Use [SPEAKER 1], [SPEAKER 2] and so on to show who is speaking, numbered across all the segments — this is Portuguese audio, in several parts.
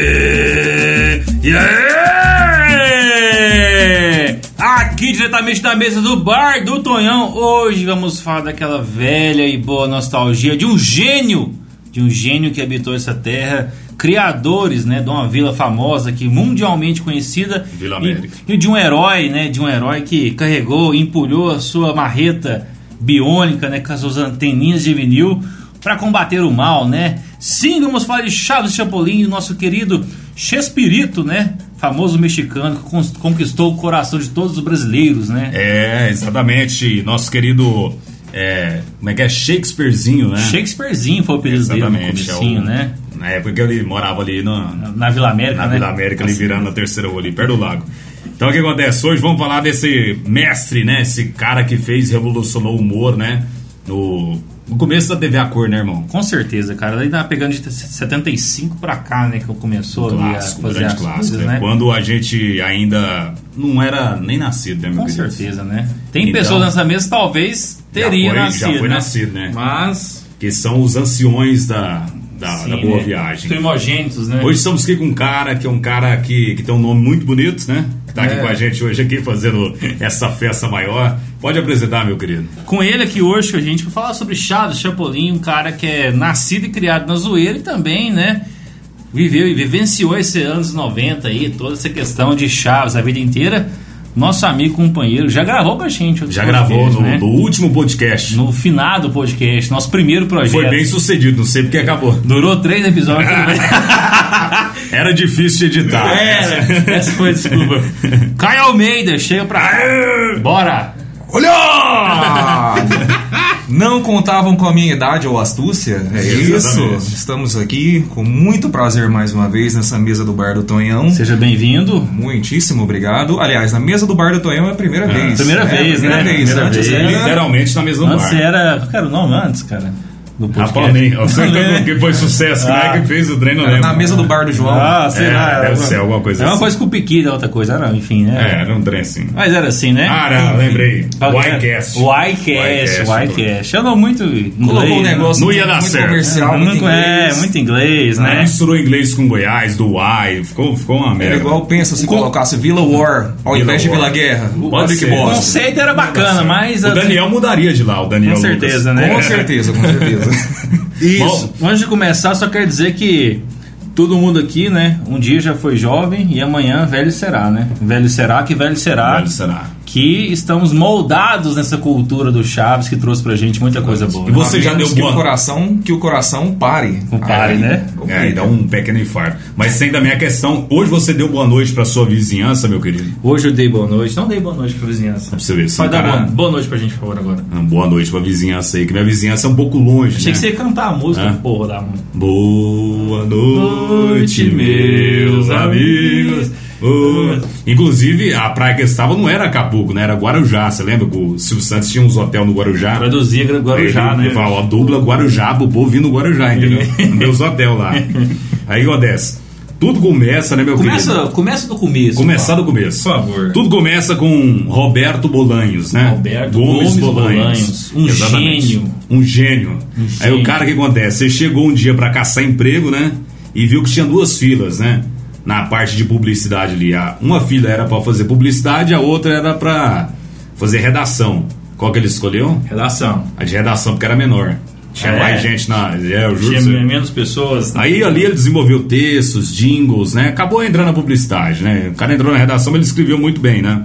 [SPEAKER 1] Yeah! Yeah! é! Aqui diretamente da mesa do bar do Tonhão, hoje vamos falar daquela velha e boa nostalgia de um gênio, de um gênio que habitou essa terra, criadores, né, de uma vila famosa que mundialmente conhecida,
[SPEAKER 2] Vila
[SPEAKER 1] e-
[SPEAKER 2] América.
[SPEAKER 1] e, de um herói, né, de um herói que carregou, empulhou a sua marreta biônica, né, com as suas anteninhas de vinil para combater o mal, né? Sim, vamos falar de Chaves Chapolin, nosso querido Chespirito, né? Famoso mexicano que cons- conquistou o coração de todos os brasileiros, né?
[SPEAKER 2] É, exatamente. Nosso querido. É, como é que é? Shakespearezinho, né?
[SPEAKER 1] Shakespearezinho foi o apelido dele no
[SPEAKER 2] Exatamente.
[SPEAKER 1] comecinho,
[SPEAKER 2] é o-
[SPEAKER 1] né?
[SPEAKER 2] Na época que ele morava ali na,
[SPEAKER 1] Na Vila América,
[SPEAKER 2] na
[SPEAKER 1] né?
[SPEAKER 2] Vila América, ali virando a terceira rua ali, perto do lago. Então o que acontece? Hoje vamos falar desse mestre, né? Esse cara que fez, revolucionou o humor, né? No, no começo da TV a cor, né, irmão?
[SPEAKER 1] Com certeza, cara. Daí tava pegando de 75 pra cá, né? Que começou ali a
[SPEAKER 2] Um Clássico,
[SPEAKER 1] fazer as
[SPEAKER 2] grande clássico.
[SPEAKER 1] coisas,
[SPEAKER 2] né?
[SPEAKER 1] né?
[SPEAKER 2] Quando a gente ainda não era nem nascido, né, meu
[SPEAKER 1] Com
[SPEAKER 2] querido?
[SPEAKER 1] certeza, né? Tem
[SPEAKER 2] Então,
[SPEAKER 1] pessoas nessa mesa que talvez teria
[SPEAKER 2] já foi,
[SPEAKER 1] nascido,
[SPEAKER 2] já foi
[SPEAKER 1] né?
[SPEAKER 2] nascido, né?
[SPEAKER 1] Mas...
[SPEAKER 2] que são os anciões da, da,
[SPEAKER 1] sim,
[SPEAKER 2] Ah, da boa
[SPEAKER 1] né?
[SPEAKER 2] viagem.
[SPEAKER 1] Primogênitos, né?
[SPEAKER 2] Hoje estamos aqui com um cara que é um cara que, que tem um nome muito bonito, né? Que tá aqui
[SPEAKER 1] É.
[SPEAKER 2] com a gente hoje aqui fazendo essa festa maior. Pode apresentar, meu querido.
[SPEAKER 1] Com ele aqui hoje com a gente pra falar sobre Chaves Chapolin, um cara que é nascido e criado na zoeira e também, né? Viveu e vivenciou esses anos 90 aí, toda essa questão de Chaves a vida inteira. Nosso amigo, companheiro, já gravou com a gente. outros
[SPEAKER 2] Já gravou
[SPEAKER 1] podcasts,
[SPEAKER 2] no,
[SPEAKER 1] né?
[SPEAKER 2] no último podcast.
[SPEAKER 1] no finado podcast, nosso primeiro projeto.
[SPEAKER 2] Foi bem sucedido, não sei porque acabou.
[SPEAKER 1] Durou três episódios. tudo bem.
[SPEAKER 2] Era difícil de editar.
[SPEAKER 1] É, Era. Essa foi a desculpa. Caio Almeida, chega pra cá. Bora!
[SPEAKER 3] Olha! Ah, Não contavam com a minha idade ou astúcia? É
[SPEAKER 2] Exatamente.
[SPEAKER 3] isso. Estamos aqui com muito prazer mais uma vez nessa mesa do Bar do Tonhão.
[SPEAKER 1] Seja bem-vindo.
[SPEAKER 3] Muitíssimo obrigado. Aliás, na mesa do Bar do Tonhão é a primeira vez.
[SPEAKER 1] primeira
[SPEAKER 3] né?
[SPEAKER 1] vez,
[SPEAKER 3] primeira
[SPEAKER 1] né? é
[SPEAKER 3] Vez.
[SPEAKER 1] Primeira
[SPEAKER 3] Antes
[SPEAKER 1] vez.
[SPEAKER 3] era-
[SPEAKER 2] Literalmente na mesma
[SPEAKER 1] Antes
[SPEAKER 2] barra.
[SPEAKER 1] era. Qual era o nome antes, cara? Do
[SPEAKER 2] Rapaz, nem. Acertou que foi sucesso,
[SPEAKER 1] Ah.
[SPEAKER 2] né? Que fez o treino,
[SPEAKER 3] era na mesa do Bar do João.
[SPEAKER 1] Ah, sei
[SPEAKER 2] É,
[SPEAKER 1] lá.
[SPEAKER 2] deve
[SPEAKER 1] era-
[SPEAKER 2] ser alguma coisa
[SPEAKER 1] É uma
[SPEAKER 2] assim.
[SPEAKER 1] coisa com o Piqui, era outra coisa. Era, enfim,
[SPEAKER 2] É,
[SPEAKER 1] né?
[SPEAKER 2] era um trem assim.
[SPEAKER 1] Mas era assim, né?
[SPEAKER 2] Ah, não, lembrei.
[SPEAKER 1] Qual que era?
[SPEAKER 2] Ycast.
[SPEAKER 1] Ycast,
[SPEAKER 2] Ycast.
[SPEAKER 1] Ycast. Eu não muito inglês.
[SPEAKER 3] Colocou um
[SPEAKER 1] né?
[SPEAKER 3] negócio
[SPEAKER 2] Não
[SPEAKER 3] muito-
[SPEAKER 2] ia dar
[SPEAKER 3] muito
[SPEAKER 2] certo.
[SPEAKER 3] comercial,
[SPEAKER 1] É,
[SPEAKER 3] muito
[SPEAKER 1] muito, é,
[SPEAKER 3] inglês.
[SPEAKER 1] muito inglês,
[SPEAKER 2] Aí
[SPEAKER 1] né?
[SPEAKER 2] Misturou inglês com Goiás, do Uai, ficou, ficou uma merda.
[SPEAKER 3] Era igual pensa se
[SPEAKER 2] Com-
[SPEAKER 3] colocasse Villa War ao
[SPEAKER 2] Villa
[SPEAKER 3] invés de
[SPEAKER 2] War.
[SPEAKER 3] Villa Guerra.
[SPEAKER 2] Pode
[SPEAKER 3] Olha que
[SPEAKER 2] ser.
[SPEAKER 1] O
[SPEAKER 3] bosta.
[SPEAKER 1] conceito era bacana, mas.
[SPEAKER 2] O
[SPEAKER 1] assim,
[SPEAKER 2] Daniel mudaria de lá, o Daniel
[SPEAKER 1] Com
[SPEAKER 2] Lucas.
[SPEAKER 1] certeza, né?
[SPEAKER 3] Com certeza, com certeza.
[SPEAKER 2] Isso.
[SPEAKER 1] Antes de começar, só quero dizer que todo mundo aqui, né? Um dia já foi jovem e amanhã velho será, né? Velho será que velho será.
[SPEAKER 2] Velho será.
[SPEAKER 1] Que estamos moldados nessa cultura do Chaves que trouxe pra gente muita coisa boa.
[SPEAKER 2] E
[SPEAKER 1] né?
[SPEAKER 2] Você
[SPEAKER 3] A
[SPEAKER 2] já
[SPEAKER 3] menos
[SPEAKER 2] deu
[SPEAKER 3] que
[SPEAKER 2] boa-
[SPEAKER 3] o coração, que o coração pare.
[SPEAKER 1] Não pare,
[SPEAKER 3] Aí-
[SPEAKER 1] né?
[SPEAKER 2] É, aí dá um pequeno infarto. Mas sem da minha questão, hoje você deu boa noite pra sua vizinhança, meu querido.
[SPEAKER 1] Hoje eu dei boa noite. Não dei boa noite pra vizinhança.
[SPEAKER 2] Pra você ver. se
[SPEAKER 1] Vai
[SPEAKER 2] um
[SPEAKER 1] dar
[SPEAKER 2] cara-
[SPEAKER 1] boa, boa noite pra gente, por favor, agora.
[SPEAKER 2] Ah, Boa noite pra vizinhança aí, que minha vizinhança é um pouco longe.
[SPEAKER 1] Achei
[SPEAKER 2] né?
[SPEAKER 1] que você ia cantar a música,
[SPEAKER 2] Hã?
[SPEAKER 1] porra da mão.
[SPEAKER 2] Boa noite,
[SPEAKER 1] Noite,
[SPEAKER 2] meus amigos. Boa- Inclusive, a praia que eu estava não era Acapulco, né? Era Guarujá. Você lembra que o Silvio Santos tinha uns hotel no Guarujá?
[SPEAKER 1] Traduzia Guarujá,
[SPEAKER 2] Ele-
[SPEAKER 1] né?
[SPEAKER 2] Ele fala, ó, dubla Guarujá, bobo vindo Guarujá, entendeu? Meus hotel lá. Aí o que acontece? Tudo começa, né, meu querido?
[SPEAKER 1] Começa, começa do começo.
[SPEAKER 2] Começar do começo.
[SPEAKER 1] Por favor.
[SPEAKER 2] Tudo começa com Roberto Bolanhos, né?
[SPEAKER 1] Roberto Gomes Bolanhos, um gênio.
[SPEAKER 2] Um gênio. Aí
[SPEAKER 1] gênio.
[SPEAKER 2] o cara, o que acontece? Ele chegou um dia pra caçar emprego, né? E viu que tinha duas filas, né? Na parte de publicidade ali. A- Uma fila era pra fazer publicidade, a outra era pra fazer redação. Qual que ele escolheu?
[SPEAKER 1] Relação.
[SPEAKER 2] A de redação, porque era menor. Tinha
[SPEAKER 1] É.
[SPEAKER 2] mais gente na. É, eu juro.
[SPEAKER 1] Tinha
[SPEAKER 2] pra você.
[SPEAKER 1] menos pessoas. tá?
[SPEAKER 2] Aí ali ele desenvolveu textos, jingles, né? Acabou entrando na publicidade, né? O cara entrou na redação, mas ele escreveu muito bem, né?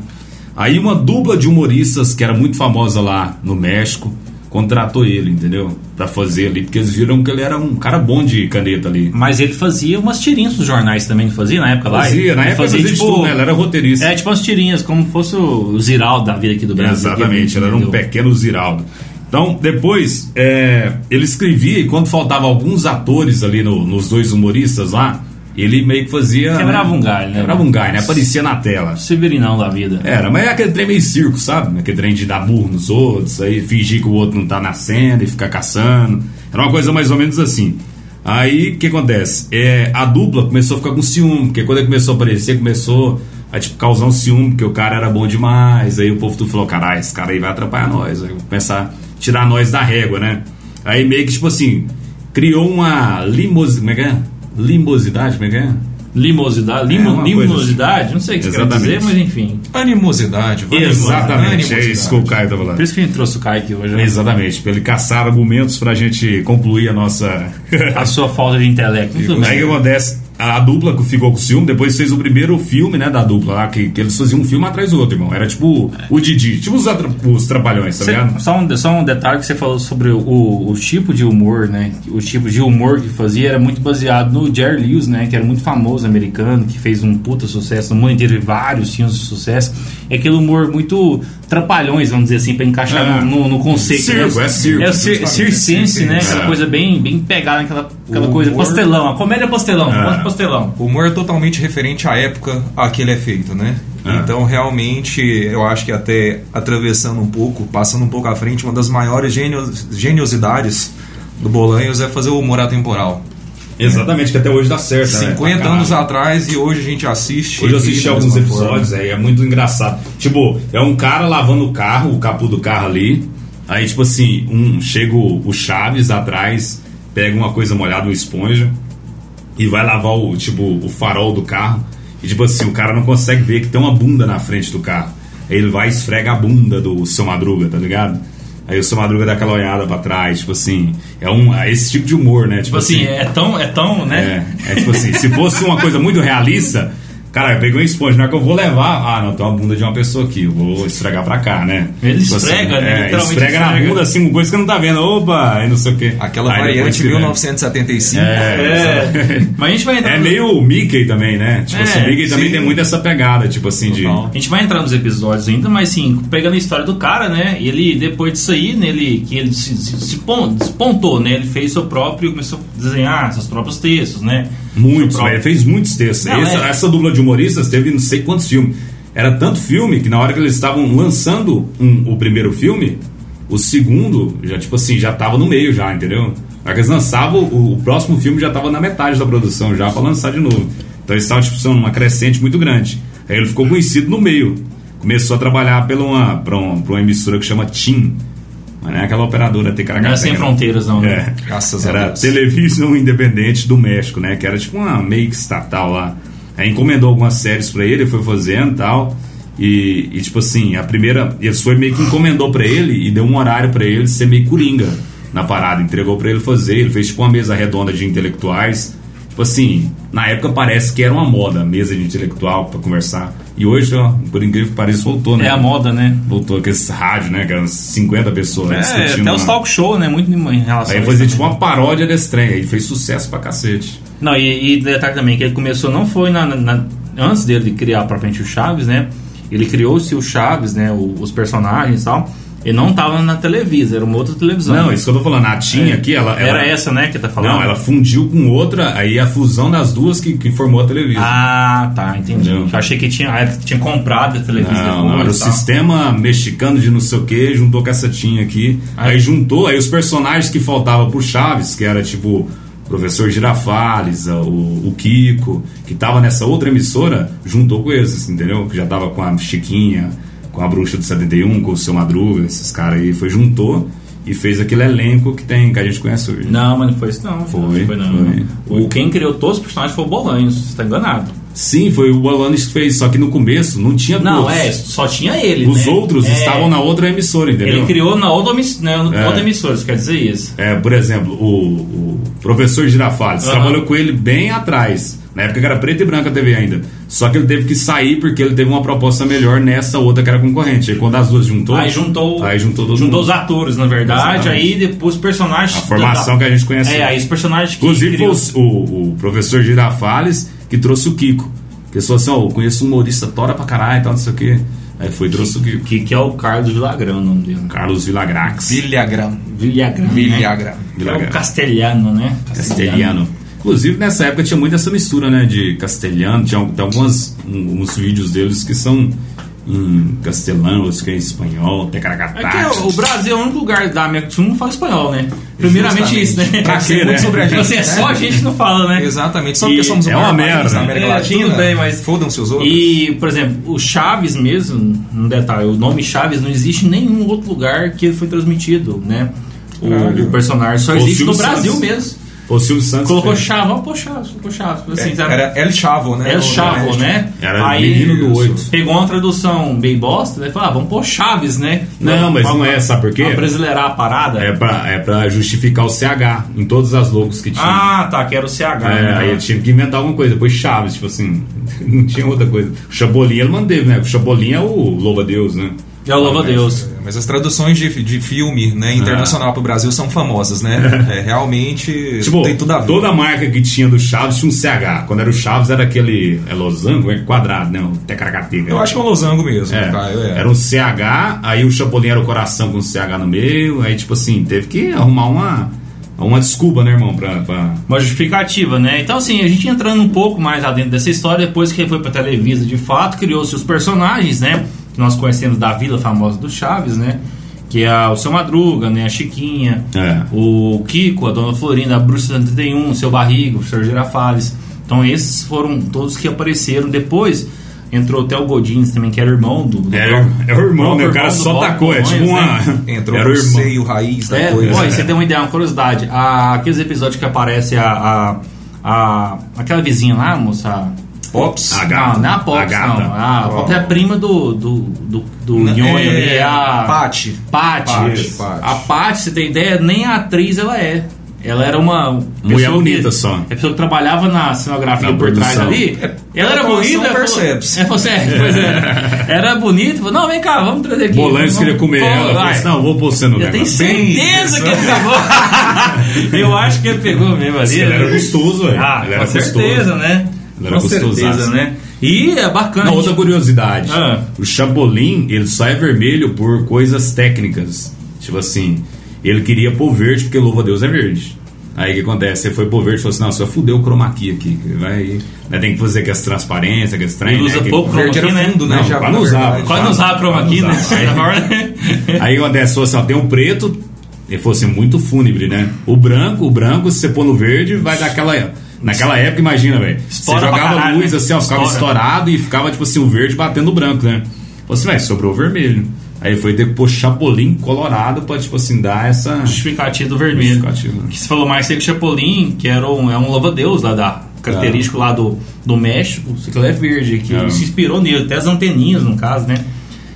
[SPEAKER 2] Aí uma dupla de humoristas que era muito famosa lá no México contratou ele, entendeu? Pra fazer ali, porque eles viram que ele era um cara bom de caneta ali.
[SPEAKER 1] Mas ele fazia umas tirinhas nos jornais também, não fazia na época lá?
[SPEAKER 2] Fazia,
[SPEAKER 1] Ele tipo
[SPEAKER 2] na época fazia de tudo, né? Ele era roteirista.
[SPEAKER 1] É, tipo umas tirinhas, como fosse o Ziraldo da vida aqui do Brasil.
[SPEAKER 2] Exatamente, ele era um
[SPEAKER 1] pé.
[SPEAKER 2] pequeno Ziraldo. Então, depois, é, ele escrevia e quando faltava alguns atores ali no- nos dois humoristas lá, ele meio que fazia.
[SPEAKER 1] Quebrava um galho, né?
[SPEAKER 2] Quebrava um galho, né? Aparecia na tela.
[SPEAKER 1] Um Siberinão da vida.
[SPEAKER 2] Era, mas é aquele trem meio circo, sabe? Aquele trem de dar burro nos outros, aí fingir que o outro não tá na cena e ficar caçando. Era uma coisa mais ou menos assim. Aí, o que acontece? É, a dupla começou a ficar com ciúme, porque quando ele começou a aparecer, começou a tipo, causar um ciúme, porque o cara era bom demais. Aí o povo tudo falou, caralho, esse cara aí vai atrapalhar nós. Aí começar a tirar nós da régua, né? Aí meio que, tipo assim, criou uma limousine... Como é que é? Limbosidade, como é que é?
[SPEAKER 1] Limosidade, limo,
[SPEAKER 2] É, uma
[SPEAKER 1] limosidade, não sei o que você quer
[SPEAKER 2] Exatamente.
[SPEAKER 1] dizer, mas enfim.
[SPEAKER 3] Animosidade. vai,
[SPEAKER 2] Exatamente, é
[SPEAKER 3] animosidade.
[SPEAKER 2] isso que o Caio tá falando.
[SPEAKER 1] Por isso que a gente trouxe o Kaique hoje. né?
[SPEAKER 2] Exatamente, pra ele caçar argumentos pra gente concluir a nossa.
[SPEAKER 1] A sua falta de intelecto. Muito
[SPEAKER 2] Aí o que
[SPEAKER 1] bem.
[SPEAKER 2] acontece? A dupla que ficou com o ciúme, depois fez o primeiro filme, né, da dupla lá, que, que eles faziam um filme atrás do outro, irmão. Era tipo o Didi, tipo os, atra- os trapalhões, tá
[SPEAKER 1] Você-
[SPEAKER 2] ligado?
[SPEAKER 1] só, um, só um detalhe que você falou sobre o, o tipo de humor, né? O tipo de humor que fazia era muito baseado no Jerry Lewis, né? Que era muito famoso americano, que fez um puta sucesso no mundo inteiro, e vários filmes de sucesso. É aquele humor muito trapalhões, vamos dizer assim, pra encaixar
[SPEAKER 2] É.
[SPEAKER 1] no, no conceito.
[SPEAKER 2] Circo,
[SPEAKER 1] né?
[SPEAKER 2] é circo,
[SPEAKER 1] É o cir
[SPEAKER 2] justamente, é
[SPEAKER 1] circense,
[SPEAKER 2] circense.
[SPEAKER 1] né? Aquela
[SPEAKER 2] É.
[SPEAKER 1] coisa bem, bem pegada, aquela, aquela
[SPEAKER 3] O
[SPEAKER 1] coisa
[SPEAKER 3] humor-
[SPEAKER 1] pastelão. A comédia pastelão,
[SPEAKER 2] É.
[SPEAKER 1] pastelão.
[SPEAKER 3] O humor é totalmente referente à época a que ele é feito, né?
[SPEAKER 2] É.
[SPEAKER 3] Então, realmente, eu acho que até atravessando um pouco, passando um pouco à frente, uma das maiores genios, geniosidades do Bolanhos é fazer o humor atemporal.
[SPEAKER 2] Exatamente, que até hoje dá certo, né?
[SPEAKER 3] 50
[SPEAKER 2] Pra
[SPEAKER 3] anos
[SPEAKER 2] caralho.
[SPEAKER 3] atrás e hoje a gente assiste.
[SPEAKER 2] Hoje eu
[SPEAKER 3] e
[SPEAKER 2] assisti
[SPEAKER 3] ri da
[SPEAKER 2] alguns
[SPEAKER 3] mesma forma.
[SPEAKER 2] episódios aí, é muito engraçado. Tipo, é um cara lavando o carro, o capô do carro ali. Aí, tipo assim, um, chega o o Chaves atrás, pega uma coisa molhada, uma esponja, e vai lavar o, tipo, o farol do carro. E, tipo assim, o cara não consegue ver que tem uma bunda na frente do carro. Aí ele vai e esfrega a bunda do seu Madruga, tá ligado? Aí o seu Madruga dá aquela olhada pra trás, tipo assim. É um, é esse tipo de humor, né? Tipo
[SPEAKER 1] Tipo assim, é tão, é tão, né?
[SPEAKER 2] é, é tipo assim, se fosse uma coisa muito realista, cara, eu peguei uma esponja, na hora que eu vou levar. Ah, não, tem uma bunda de uma pessoa aqui, eu vou esfregar pra cá, né?
[SPEAKER 1] Ele
[SPEAKER 2] Tipo assim,
[SPEAKER 1] esfrega, né?
[SPEAKER 2] É,
[SPEAKER 1] Literalmente
[SPEAKER 2] esfrega na
[SPEAKER 1] esfrega.
[SPEAKER 2] bunda assim, com coisa que não tá vendo. Opa, aí não sei o quê.
[SPEAKER 3] Aquela
[SPEAKER 2] Aí depois
[SPEAKER 3] variante
[SPEAKER 2] que vem.
[SPEAKER 3] 1975.
[SPEAKER 2] É,
[SPEAKER 1] É. Mas a gente vai entrar
[SPEAKER 2] é
[SPEAKER 1] no-
[SPEAKER 2] meio o Mickey também, né? Tipo
[SPEAKER 1] É,
[SPEAKER 2] assim, o Mickey também
[SPEAKER 3] sim.
[SPEAKER 2] tem muito essa pegada, tipo assim, de.
[SPEAKER 3] Total.
[SPEAKER 1] A gente vai entrar nos episódios ainda, mas assim, pegando a história do cara, né? Ele, depois disso aí, né, ele, que ele se, se- se pon- despontou, né? Ele fez seu próprio, começou a desenhar seus próprios textos, né?
[SPEAKER 2] Muitos,
[SPEAKER 1] Seu próprio-
[SPEAKER 2] velho. Ele fez muitos textos.
[SPEAKER 1] Não,
[SPEAKER 2] essa,
[SPEAKER 1] é.
[SPEAKER 2] essa dupla de humoristas teve não sei quantos filmes. Era tanto filme que na hora que eles estavam lançando um- o primeiro filme, o segundo já, tipo assim, já tava no meio já, entendeu? Na hora que eles lançavam, o, o próximo filme já tava na metade da produção já pra lançar de novo. Então eles estavam, tipo, sendo uma crescente muito grande. Aí ele ficou conhecido no meio. Começou a trabalhar pela uma, pra, um- pra uma emissora que chama TIM. Mas não é aquela operadora Ticaracateca.
[SPEAKER 1] Não é sem fronteiras, não, né?
[SPEAKER 2] É.
[SPEAKER 3] Graças a
[SPEAKER 2] era
[SPEAKER 3] Deus.
[SPEAKER 2] Televisão Independente do México, né? Que era tipo uma meio que estatal lá. Aí encomendou algumas séries pra ele, foi fazendo e tal. E, e, tipo assim, a primeira. Eles foi meio que encomendou pra ele e deu um horário pra ele ser meio coringa na parada. Entregou pra ele fazer. Ele fez tipo uma mesa redonda de intelectuais. Tipo assim, na época parece que era uma moda, mesa de intelectual pra conversar. E hoje, ó, por incrível que pareça, voltou, né?
[SPEAKER 1] É a moda, né?
[SPEAKER 2] Voltou com esse rádio, né? Que eram 50 pessoas né,
[SPEAKER 1] É,
[SPEAKER 2] discutindo.
[SPEAKER 1] até os
[SPEAKER 2] na-
[SPEAKER 1] talk show, né? Muito em relação a isso
[SPEAKER 2] Aí ele
[SPEAKER 1] né.
[SPEAKER 2] fazia
[SPEAKER 1] também.
[SPEAKER 2] tipo uma paródia desse trem, aí fez sucesso pra cacete.
[SPEAKER 1] Não, e, e detalhe também, que ele começou, não foi na, na- na- antes dele criar propriamente o Chaves, né? Ele criou-se o Chaves, né? o- os personagens e tal. Ele não tava na Televisa, era uma outra televisão.
[SPEAKER 2] Não, isso que eu tô falando, a Tinha aqui, ela. ela-
[SPEAKER 1] É. Era essa, né, que tá falando?
[SPEAKER 2] Não, ela fundiu com outra, aí a fusão das duas que, que formou a televisão.
[SPEAKER 1] Ah, tá, entendi.
[SPEAKER 2] Entendeu?
[SPEAKER 1] Eu achei que tinha, ah, tinha comprado a televisão.
[SPEAKER 2] Ah, Não, não, era o
[SPEAKER 1] tá.
[SPEAKER 2] sistema mexicano de não sei o que, juntou com essa tinha aqui. Aí juntou, aí os personagens que faltavam pro Chaves, que era tipo o professor Girafales, a- o, o Kiko, que tava nessa outra emissora, juntou com esses, entendeu? Que já tava com a Chiquinha, com a Bruxa do 71, com o Seu Madruga, esses caras aí, foi, juntou e fez aquele elenco que tem, que a gente conhece hoje.
[SPEAKER 1] Não, mas não foi isso, não.
[SPEAKER 2] Foi,
[SPEAKER 1] não não.
[SPEAKER 2] foi,
[SPEAKER 1] O, quem criou todos os personagens foi o Bolanhos, você tá enganado.
[SPEAKER 2] Sim, foi o Bolanes que fez, só que no começo não tinha
[SPEAKER 1] Não,
[SPEAKER 2] todos.
[SPEAKER 1] é, só tinha ele.
[SPEAKER 2] Os
[SPEAKER 1] né?
[SPEAKER 2] outros
[SPEAKER 1] É,
[SPEAKER 2] estavam na outra emissora, entendeu?
[SPEAKER 1] Ele criou na outra, emiss- né, na
[SPEAKER 2] É.
[SPEAKER 1] outra emissora, você quer dizer isso?
[SPEAKER 2] É, por exemplo, o, o professor Girafales
[SPEAKER 1] Aham.
[SPEAKER 2] trabalhou com ele bem atrás, na época que era preto e branca a TV ainda. Só que ele teve que sair porque ele teve uma proposta melhor nessa outra que era concorrente. Aí quando as duas juntou,
[SPEAKER 1] Aí juntou,
[SPEAKER 2] aí juntou todo
[SPEAKER 1] juntou
[SPEAKER 2] mundo.
[SPEAKER 1] os atores, na verdade,
[SPEAKER 2] Exatamente.
[SPEAKER 1] aí depois os personagens.
[SPEAKER 2] A formação que a gente conhece
[SPEAKER 1] É,
[SPEAKER 2] hoje.
[SPEAKER 1] aí os personagens que.
[SPEAKER 2] Inclusive foi
[SPEAKER 1] criou-
[SPEAKER 2] o, o- o professor Girafales que trouxe o Kiko. Que ele falou assim, ó, eu conheço um humorista tora pra caralho e tal, não sei o quê. Aí foi e trouxe o Kiko.
[SPEAKER 1] que, que é o Carlos Vilagrão, o nome dele.
[SPEAKER 2] Carlos Villagrax.
[SPEAKER 3] Villagrão.
[SPEAKER 1] Vilagrão.
[SPEAKER 2] Uhum.
[SPEAKER 3] Villagrão.
[SPEAKER 1] É
[SPEAKER 2] Villagrão.
[SPEAKER 1] o castelhano, né?
[SPEAKER 2] né? Castelhano. Inclusive, nessa época tinha muito essa mistura, né? De castelhano. Tinha al- tem algumas, um- alguns vídeos deles que são em castelhano, outros que é em espanhol,
[SPEAKER 1] É que
[SPEAKER 2] tecaracatá.
[SPEAKER 1] o- o Brasil é o único lugar da América do Sul que não fala espanhol, né? Primeiramente
[SPEAKER 3] Justamente.
[SPEAKER 1] isso, né?
[SPEAKER 2] Pra quê, né?
[SPEAKER 3] sobre a gente,
[SPEAKER 1] Assim, é
[SPEAKER 3] né?
[SPEAKER 1] só a gente que não fala, né?
[SPEAKER 3] Exatamente. Só
[SPEAKER 1] E
[SPEAKER 3] porque somos o
[SPEAKER 2] é
[SPEAKER 3] maior
[SPEAKER 2] uma
[SPEAKER 3] país
[SPEAKER 2] merda.
[SPEAKER 3] da América
[SPEAKER 1] É,
[SPEAKER 3] Latina.
[SPEAKER 1] tudo bem, mas-
[SPEAKER 3] Fodam-se os outros.
[SPEAKER 1] E, por exemplo, o Chaves mesmo, um detalhe, o nome Chaves não existe em nenhum outro lugar que ele foi transmitido, né? O,
[SPEAKER 3] Caralho.
[SPEAKER 1] o personagem só
[SPEAKER 2] Foi o
[SPEAKER 1] existe
[SPEAKER 2] Silvio
[SPEAKER 1] no Brasil
[SPEAKER 2] Santos.
[SPEAKER 1] mesmo.
[SPEAKER 2] O Silvio Santos.
[SPEAKER 1] Colocou
[SPEAKER 2] fez.
[SPEAKER 1] Chavão, pô, Chaves, colocou Chaves. Assim,
[SPEAKER 2] tá.
[SPEAKER 1] sabe?
[SPEAKER 3] É, Era El Chavo, né?
[SPEAKER 1] É o
[SPEAKER 3] O-
[SPEAKER 1] Chavo, né?
[SPEAKER 2] Era menino do oito.
[SPEAKER 1] Pegou uma tradução bem bosta, daí falou, ah, vamos pôr Chaves, né?
[SPEAKER 2] Não, mas
[SPEAKER 1] Pra-
[SPEAKER 2] não é, sabe por quê?
[SPEAKER 1] Pra brasileirar a parada.
[SPEAKER 2] É pra, é pra justificar o CH em todas as logos que tinha.
[SPEAKER 1] Ah, tá, que era o CH.
[SPEAKER 2] É,
[SPEAKER 1] né?
[SPEAKER 2] aí eu tive que inventar alguma coisa, depois Chaves, tipo assim, não tinha outra coisa. O Chabolim ele manteve, né? O Chabolim é o louva-a-Deus, né?
[SPEAKER 1] É o louva-a-Deus.
[SPEAKER 3] Mas as traduções de, de filme né, internacional pro Brasil são famosas, né? É, realmente
[SPEAKER 2] Ah. Tipo,
[SPEAKER 3] tem tudo a ver.
[SPEAKER 2] toda marca que tinha do Chaves tinha um CH. Quando era o Chaves era aquele. É losango? É quadrado, né? O tecaracateca.
[SPEAKER 3] Eu acho que é um losango mesmo,
[SPEAKER 2] É,
[SPEAKER 3] Caio, é.
[SPEAKER 2] Era um CH, aí o Chapolin era o coração com o CH no meio, aí tipo assim, teve que arrumar uma, uma desculpa, né, irmão? Pra, pra-
[SPEAKER 1] Uma justificativa, né? Então, assim, a gente entrando um pouco mais lá dentro dessa história, depois que ele foi pra Televisa de fato, criou-se os personagens, né? Que nós conhecemos da vila famosa do Chaves, né? Que é o Seu Madruga, né? A Chiquinha,
[SPEAKER 2] É.
[SPEAKER 1] o Kiko, a Dona Florinda, a Bruxa 31, o Seu Barrigo, o Sr. Girafales. Então, esses foram todos que apareceram. Depois entrou até o Godins também, que era irmão do. do
[SPEAKER 2] Era, é o irmão, né? O cara
[SPEAKER 1] irmão do
[SPEAKER 2] só
[SPEAKER 1] Bob
[SPEAKER 2] tacou, é tipo uma.
[SPEAKER 1] Marcondes, né?
[SPEAKER 3] Entrou
[SPEAKER 2] era o
[SPEAKER 3] no
[SPEAKER 2] irmão.
[SPEAKER 3] seio raiz da
[SPEAKER 1] É,
[SPEAKER 3] coisa. né?
[SPEAKER 1] ó, e você tem uma ideia, uma curiosidade. A- aqueles episódios que aparece a, a, a- aquela vizinha lá, moça.
[SPEAKER 3] Pops.
[SPEAKER 2] A gata.
[SPEAKER 1] Não, não é a Pops,
[SPEAKER 2] A gata.
[SPEAKER 1] não. A
[SPEAKER 3] Ó.
[SPEAKER 1] Pops é a prima do, do, do, do
[SPEAKER 3] Né,
[SPEAKER 1] Nhonho ali, é a.
[SPEAKER 3] Pati.
[SPEAKER 1] Pati.
[SPEAKER 3] Pati,
[SPEAKER 1] Isso.
[SPEAKER 3] Pati.
[SPEAKER 1] A Pati, você tem ideia, nem a atriz ela é. Ela era uma.
[SPEAKER 2] Mulher
[SPEAKER 1] pessoa que-
[SPEAKER 2] bonita só.
[SPEAKER 1] A pessoa que trabalhava na cenografia
[SPEAKER 2] Na
[SPEAKER 1] por trás
[SPEAKER 2] produção.
[SPEAKER 1] ali. Ela era
[SPEAKER 3] a produção
[SPEAKER 1] bonita. ela falou-
[SPEAKER 3] percebe-se.
[SPEAKER 1] É, você, é, pois é. Era bonita. falou, Não, vem cá, vamos trazer aqui.
[SPEAKER 2] Bolanhos
[SPEAKER 1] Vamos-
[SPEAKER 2] queria comer
[SPEAKER 1] vamos-
[SPEAKER 2] ela. Falou
[SPEAKER 1] vai.
[SPEAKER 2] assim, não, vou pôr você no
[SPEAKER 1] Eu tenho
[SPEAKER 2] negócio.
[SPEAKER 3] Bem
[SPEAKER 1] certeza que ele pegou. Eu acho que ele pegou mesmo ali.
[SPEAKER 2] Ele era
[SPEAKER 1] né?
[SPEAKER 2] gostoso, velho.
[SPEAKER 1] Ah, com
[SPEAKER 2] ele era
[SPEAKER 1] certeza, né?
[SPEAKER 2] Ele era
[SPEAKER 1] com certeza,
[SPEAKER 2] gostosaço.
[SPEAKER 1] né? E é bacana.
[SPEAKER 2] Não,
[SPEAKER 1] gente.
[SPEAKER 2] outra curiosidade.
[SPEAKER 1] Ah.
[SPEAKER 2] O Chapolin, ele só é vermelho por coisas técnicas. Tipo assim, ele queria pôr verde porque louva a Deus é verde. Aí o que acontece? Você foi pôr verde e falou assim: não, só fudeu o chroma key aqui. que Vai, né, tem que fazer com as transparências, com as trem,
[SPEAKER 1] Ele
[SPEAKER 2] né,
[SPEAKER 1] usa
[SPEAKER 2] que-
[SPEAKER 1] pouco chroma
[SPEAKER 3] Verde
[SPEAKER 1] key,
[SPEAKER 3] era
[SPEAKER 1] né?
[SPEAKER 3] fundo, né?
[SPEAKER 2] Não,
[SPEAKER 3] já,
[SPEAKER 2] quase
[SPEAKER 3] na
[SPEAKER 2] não
[SPEAKER 3] verdade.
[SPEAKER 2] usava,
[SPEAKER 1] Quase não usava chroma key, né? Na hora-
[SPEAKER 2] Aí o André falou assim: ó, tem um preto, ele falou assim, muito fúnebre, né? O branco, o branco, se você pôr no verde, vai dar aquela. Naquela época, imagina, velho. Você
[SPEAKER 1] Estoura pra
[SPEAKER 2] jogava
[SPEAKER 1] caralho,
[SPEAKER 2] luz
[SPEAKER 1] né?
[SPEAKER 2] assim, ó, ficava
[SPEAKER 1] Estoura.
[SPEAKER 2] estourado e ficava, tipo assim, o verde batendo o branco, né? Falou assim, velho, sobrou o vermelho. Aí foi ter que pôr chapolim colorado pra, tipo assim, dar essa.
[SPEAKER 1] Justificativa do vermelho.
[SPEAKER 2] Justificativa.
[SPEAKER 1] Que você falou mais cedo que Chapolin, que era um, é um louva-deus lá da característico lá do, do México, que ele é verde, que
[SPEAKER 2] É.
[SPEAKER 1] se inspirou nele, até as anteninhas, no caso, né?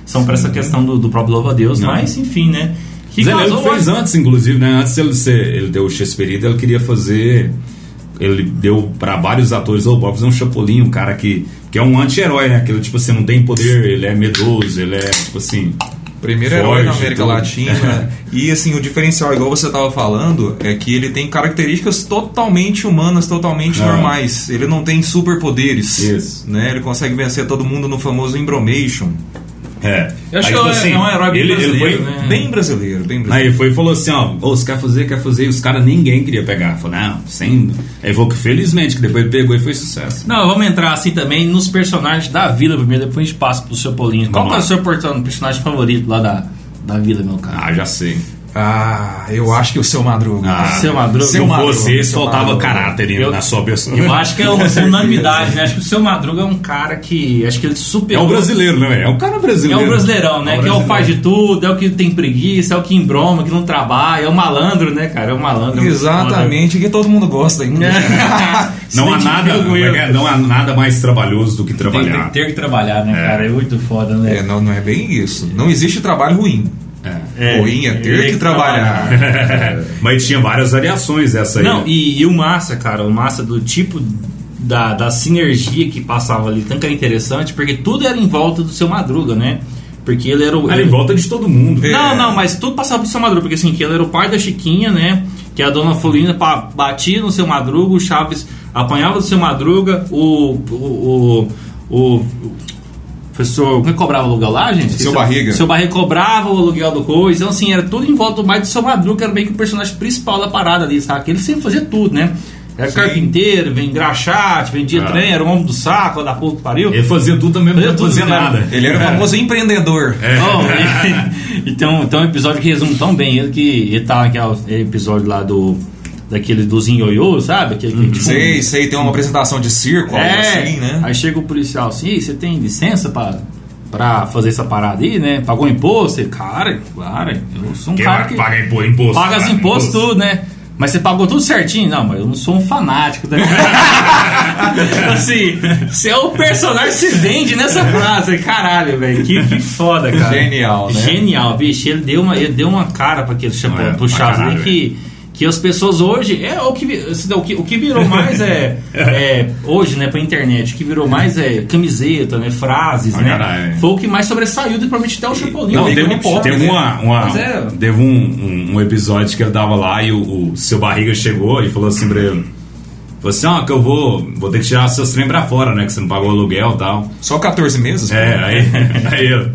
[SPEAKER 1] São pra essa questão do, do próprio louva-deus,
[SPEAKER 2] Não.
[SPEAKER 1] mas enfim, né? Que
[SPEAKER 2] Zé Leandro
[SPEAKER 1] causou
[SPEAKER 2] fez antes, inclusive, né? Antes ele, ser, ele deu o Chespirito, ele queria fazer. Ele deu pra vários atores, ou fazer um Chapolin, um cara que, que é um anti-herói, né? Que ele, tipo assim, não tem poder, ele é medroso, ele é, tipo assim.
[SPEAKER 3] Primeiro
[SPEAKER 2] Forte,
[SPEAKER 3] herói na América
[SPEAKER 2] tudo.
[SPEAKER 3] Latina. e assim, o diferencial, igual você estava falando, é que ele tem características totalmente humanas, totalmente
[SPEAKER 2] É.
[SPEAKER 3] normais. Ele não tem superpoderes.
[SPEAKER 2] Isso.
[SPEAKER 3] Né? Ele consegue vencer todo mundo no famoso Embromation.
[SPEAKER 2] É.
[SPEAKER 1] Eu acho
[SPEAKER 2] Aí,
[SPEAKER 1] que
[SPEAKER 2] tipo
[SPEAKER 1] é- é um herói bem
[SPEAKER 2] ele, ele
[SPEAKER 1] brasileiro,
[SPEAKER 2] foi,
[SPEAKER 1] né?
[SPEAKER 3] Bem brasileiro, bem brasileiro.
[SPEAKER 2] Aí foi e falou assim, ó, "Ô, você quer fazer, quer fazer, e os caras ninguém queria pegar. Falou, não, sem. Aí falou que felizmente, que depois ele pegou e foi sucesso.
[SPEAKER 1] Não, vamos entrar assim também nos personagens da vila primeiro, depois a gente passa pro seu Paulinho. Qual
[SPEAKER 2] Vamos
[SPEAKER 1] que é o
[SPEAKER 2] lá.
[SPEAKER 1] seu person- personagem favorito lá da, da vila, meu cara?
[SPEAKER 2] Ah, já sei.
[SPEAKER 3] Ah, eu acho que o seu Madruga.
[SPEAKER 2] Ah,
[SPEAKER 1] Seu Madruga.
[SPEAKER 2] Se
[SPEAKER 1] Seu
[SPEAKER 2] eu
[SPEAKER 3] Madruga,
[SPEAKER 2] fosse, esse,
[SPEAKER 3] seu
[SPEAKER 2] faltava
[SPEAKER 3] Madruga.
[SPEAKER 2] caráter ainda
[SPEAKER 1] Eu-
[SPEAKER 2] na sua pessoa.
[SPEAKER 1] Eu acho que é uma unanimidade, né? Acho que o seu Madruga é um cara que. Acho que ele
[SPEAKER 2] É
[SPEAKER 1] superou.
[SPEAKER 2] um brasileiro, né? velho? É um cara
[SPEAKER 1] É
[SPEAKER 2] brasileiro.
[SPEAKER 1] o brasileirão, né?
[SPEAKER 2] um
[SPEAKER 1] que é o
[SPEAKER 2] brasileiro.
[SPEAKER 1] faz de tudo, é o que tem preguiça, é o que embroma, que não trabalha, é o malandro, né, cara? É o malandro. é o
[SPEAKER 3] Exatamente, que todo mundo gosta ainda.
[SPEAKER 1] malandro. Se
[SPEAKER 2] Não há,
[SPEAKER 1] identifica
[SPEAKER 2] nada, é
[SPEAKER 1] com ele.
[SPEAKER 2] não há nada mais trabalhoso do que
[SPEAKER 1] né? Tem que
[SPEAKER 2] trabalhar.
[SPEAKER 1] ter que trabalhar, né, cara? É muito foda,
[SPEAKER 3] É,
[SPEAKER 1] né?
[SPEAKER 3] não, não é bem isso. Não existe trabalho ruim.
[SPEAKER 2] É.
[SPEAKER 1] É,
[SPEAKER 3] ruim é ter
[SPEAKER 1] tem
[SPEAKER 3] que trabalhar.
[SPEAKER 2] Mas tinha várias variações essa aí.
[SPEAKER 1] Não,
[SPEAKER 2] né?
[SPEAKER 1] e, e o massa, cara, o massa do tipo da, da sinergia que passava ali, tanto que era interessante, porque tudo era em volta do seu Madruga, né? Porque ele era o.
[SPEAKER 2] Era em volta de todo mundo.
[SPEAKER 3] É.
[SPEAKER 1] Não, não, mas tudo passava pro seu Madruga, porque assim, que ele era o pai da Chiquinha, né? Que a dona Florinda pa- batia no seu Madruga, o Chaves apanhava do seu Madruga, o. o, o, o Professor, como é que cobrava o aluguel lá, gente?
[SPEAKER 3] Seu Barriga.
[SPEAKER 1] Seu Barriga cobrava o aluguel do coisa. Então, assim, era tudo em volta mais do seu Madruga, que era meio que o personagem principal da parada ali, sabe? Que ele sempre fazia tudo, né? Era carpinteiro, vem engraxate, vendia
[SPEAKER 2] Ah.
[SPEAKER 1] trem, era o homem do saco, lá da puta que pariu.
[SPEAKER 2] Ele fazia tudo também,
[SPEAKER 1] Fazia
[SPEAKER 2] não
[SPEAKER 1] tudo,
[SPEAKER 2] fazia
[SPEAKER 1] cara.
[SPEAKER 2] nada.
[SPEAKER 3] Ele era o famoso
[SPEAKER 2] É.
[SPEAKER 3] empreendedor.
[SPEAKER 1] Bom, Oh, e, e tem, um, tem um episódio que resume tão bem ele que ele tá naquele episódio lá do. Daquele dos ioiô, sabe? Aquele, que, tipo,
[SPEAKER 3] Uhum. Sei, sei, tem uma apresentação de circo, algo
[SPEAKER 1] é,
[SPEAKER 3] assim, né?
[SPEAKER 1] Aí chega o policial assim, "Ei, você tem licença pra, pra fazer essa parada aí, né? Pagou imposto? Ele, cara, claro, eu sou um
[SPEAKER 2] Que
[SPEAKER 1] cara que
[SPEAKER 2] paga impo- imposto.
[SPEAKER 1] paga os
[SPEAKER 2] cara,
[SPEAKER 1] impostos tudo, né? Mas você pagou tudo certinho? Não, mas eu não sou um fanático da Assim, você é o personagem que se vende nessa frase. Caralho, velho. Que, que foda, cara.
[SPEAKER 3] Genial, né?
[SPEAKER 1] Genial, bicho. Ele deu uma, ele deu uma cara pra aquele chapéu,
[SPEAKER 2] É,
[SPEAKER 1] pro
[SPEAKER 2] pra
[SPEAKER 1] Chaves
[SPEAKER 2] caralho,
[SPEAKER 1] né, que. Que as pessoas hoje. É o que, vi- se não, o que, o que virou mais é, é, Hoje, né, pra internet, o que virou mais é camiseta, né? Frases,
[SPEAKER 2] Pra
[SPEAKER 1] né?
[SPEAKER 2] caralho. é.
[SPEAKER 1] Foi o que mais sobressaiu do provavelmente até o Chapolin.
[SPEAKER 2] Não,
[SPEAKER 1] o
[SPEAKER 2] teve, um-
[SPEAKER 1] ícone pop,
[SPEAKER 2] teve
[SPEAKER 1] né?
[SPEAKER 2] uma, uma-
[SPEAKER 1] Mas é-
[SPEAKER 2] teve um, um- um episódio que eu dava lá e o, o seu barriga chegou e falou assim pra ele: falou assim, ó, que eu vou, vou ter que tirar seus trem pra fora, né? Que você não pagou aluguel e tal.
[SPEAKER 3] Só 14 meses?
[SPEAKER 2] É,
[SPEAKER 1] né?
[SPEAKER 2] aí, aí eu,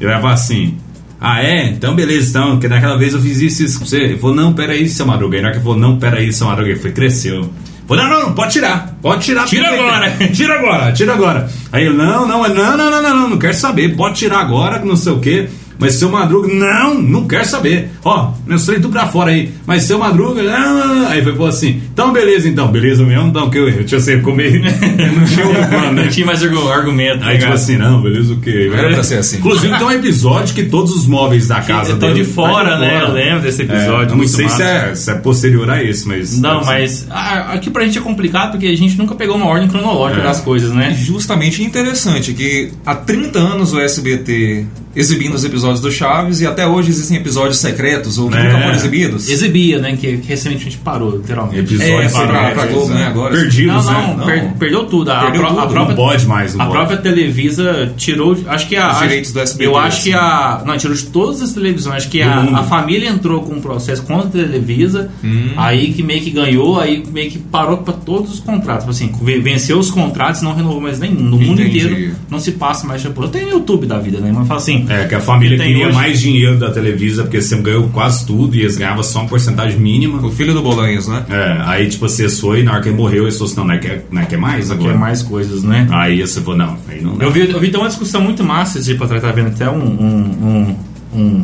[SPEAKER 2] eu ia falar assim. Ah, é? Então beleza, então, porque daquela vez eu fiz isso, isso com você. Ele falou, não, peraí, seu Madruga. Aí na hora que ele falou, não, peraí, seu Madruga, ele foi, cresceu. Falou, não, não, não, pode tirar, pode tirar.
[SPEAKER 1] Tira
[SPEAKER 2] porque-
[SPEAKER 1] agora.
[SPEAKER 2] tira agora, tira agora. Aí ele, não, não, ele, não, não, não, não, não, não quero saber, pode tirar agora, que não sei o quê. Mas seu Madruga, não, não quero saber. Ó, meu trem tudo pra fora aí. Mas seu Madruga, não, não, não. Aí foi, falou assim, então beleza, então, beleza mesmo, então, que eu, eu tinha sempre comer. não tinha um plano, né?
[SPEAKER 1] Não tinha mais argu- argumento.
[SPEAKER 2] Aí,
[SPEAKER 1] né,
[SPEAKER 2] tipo
[SPEAKER 1] cara?
[SPEAKER 2] assim, não, beleza, o quê?
[SPEAKER 3] Era pra ser assim.
[SPEAKER 2] Inclusive, tem um episódio que todos os móveis da casa
[SPEAKER 1] Estão é de
[SPEAKER 2] dele-
[SPEAKER 1] fora,
[SPEAKER 2] tá de
[SPEAKER 1] né?
[SPEAKER 2] fora.
[SPEAKER 1] Eu lembro desse
[SPEAKER 2] É, eu
[SPEAKER 1] episódio.
[SPEAKER 2] não
[SPEAKER 1] muito
[SPEAKER 2] sei se
[SPEAKER 1] massa.
[SPEAKER 2] é, se é posterior a esse, mas.
[SPEAKER 1] Não,
[SPEAKER 2] deve ser.
[SPEAKER 1] mas a- aqui pra gente é complicado porque a gente nunca pegou uma ordem cronológica
[SPEAKER 2] É.
[SPEAKER 1] das coisas,
[SPEAKER 3] É
[SPEAKER 1] né?
[SPEAKER 3] justamente interessante que há 30 anos o SBT exibindo os episódios do Chaves e até hoje existem exibidos secretos ou que
[SPEAKER 2] É.
[SPEAKER 3] nunca foram exibidos.
[SPEAKER 1] Exibia, né? Que, que recentemente a gente parou, literalmente.
[SPEAKER 2] Episódio
[SPEAKER 3] É, pra-
[SPEAKER 2] secreto,
[SPEAKER 3] pra Globo,
[SPEAKER 2] né?
[SPEAKER 3] né, agora.
[SPEAKER 2] Perdidos,
[SPEAKER 1] não, não,
[SPEAKER 2] né?
[SPEAKER 1] per- perdeu tudo. A,
[SPEAKER 3] Perdeu
[SPEAKER 1] pro- a
[SPEAKER 3] tudo, não
[SPEAKER 1] própria,
[SPEAKER 2] Não pode mais, um não
[SPEAKER 1] a
[SPEAKER 2] pode.
[SPEAKER 1] própria Televisa tirou. Acho que a.
[SPEAKER 3] Os
[SPEAKER 1] acho-
[SPEAKER 3] direitos do SBT,
[SPEAKER 1] Eu acho que
[SPEAKER 3] assim.
[SPEAKER 1] a. Não, tirou de todas as televisões. Acho que
[SPEAKER 2] Do
[SPEAKER 1] a,
[SPEAKER 2] mundo.
[SPEAKER 1] a família entrou com um processo contra a Televisa.
[SPEAKER 3] Hum.
[SPEAKER 1] Aí que meio que ganhou, aí meio que parou pra todos os contratos. Tipo Assim, ve- venceu os contratos não renovou mais nenhum. No mundo
[SPEAKER 3] Entendi.
[SPEAKER 1] inteiro não se passa mais Chapolin. Eu tenho YouTube da vida, né? Mas fala assim.
[SPEAKER 2] É, que a família
[SPEAKER 1] Tem
[SPEAKER 2] queria
[SPEAKER 1] hoje.
[SPEAKER 2] mais dinheiro da Televisa, porque sempre ganhou quase tudo e eles ganhavam só uma porcentagem mínima.
[SPEAKER 3] O filho do Bolanhos, né?
[SPEAKER 2] É, aí, tipo, você foi, e na hora que ele morreu, eles falaram assim: não, não é que é, não é, que é mais
[SPEAKER 1] Que é
[SPEAKER 2] agora.
[SPEAKER 1] mais coisas, né?
[SPEAKER 2] Aí você falou: não, aí não dá.
[SPEAKER 1] Eu vi, eu vi tem uma discussão muito massa esse dia pra trás, tá vendo até um, um, um- um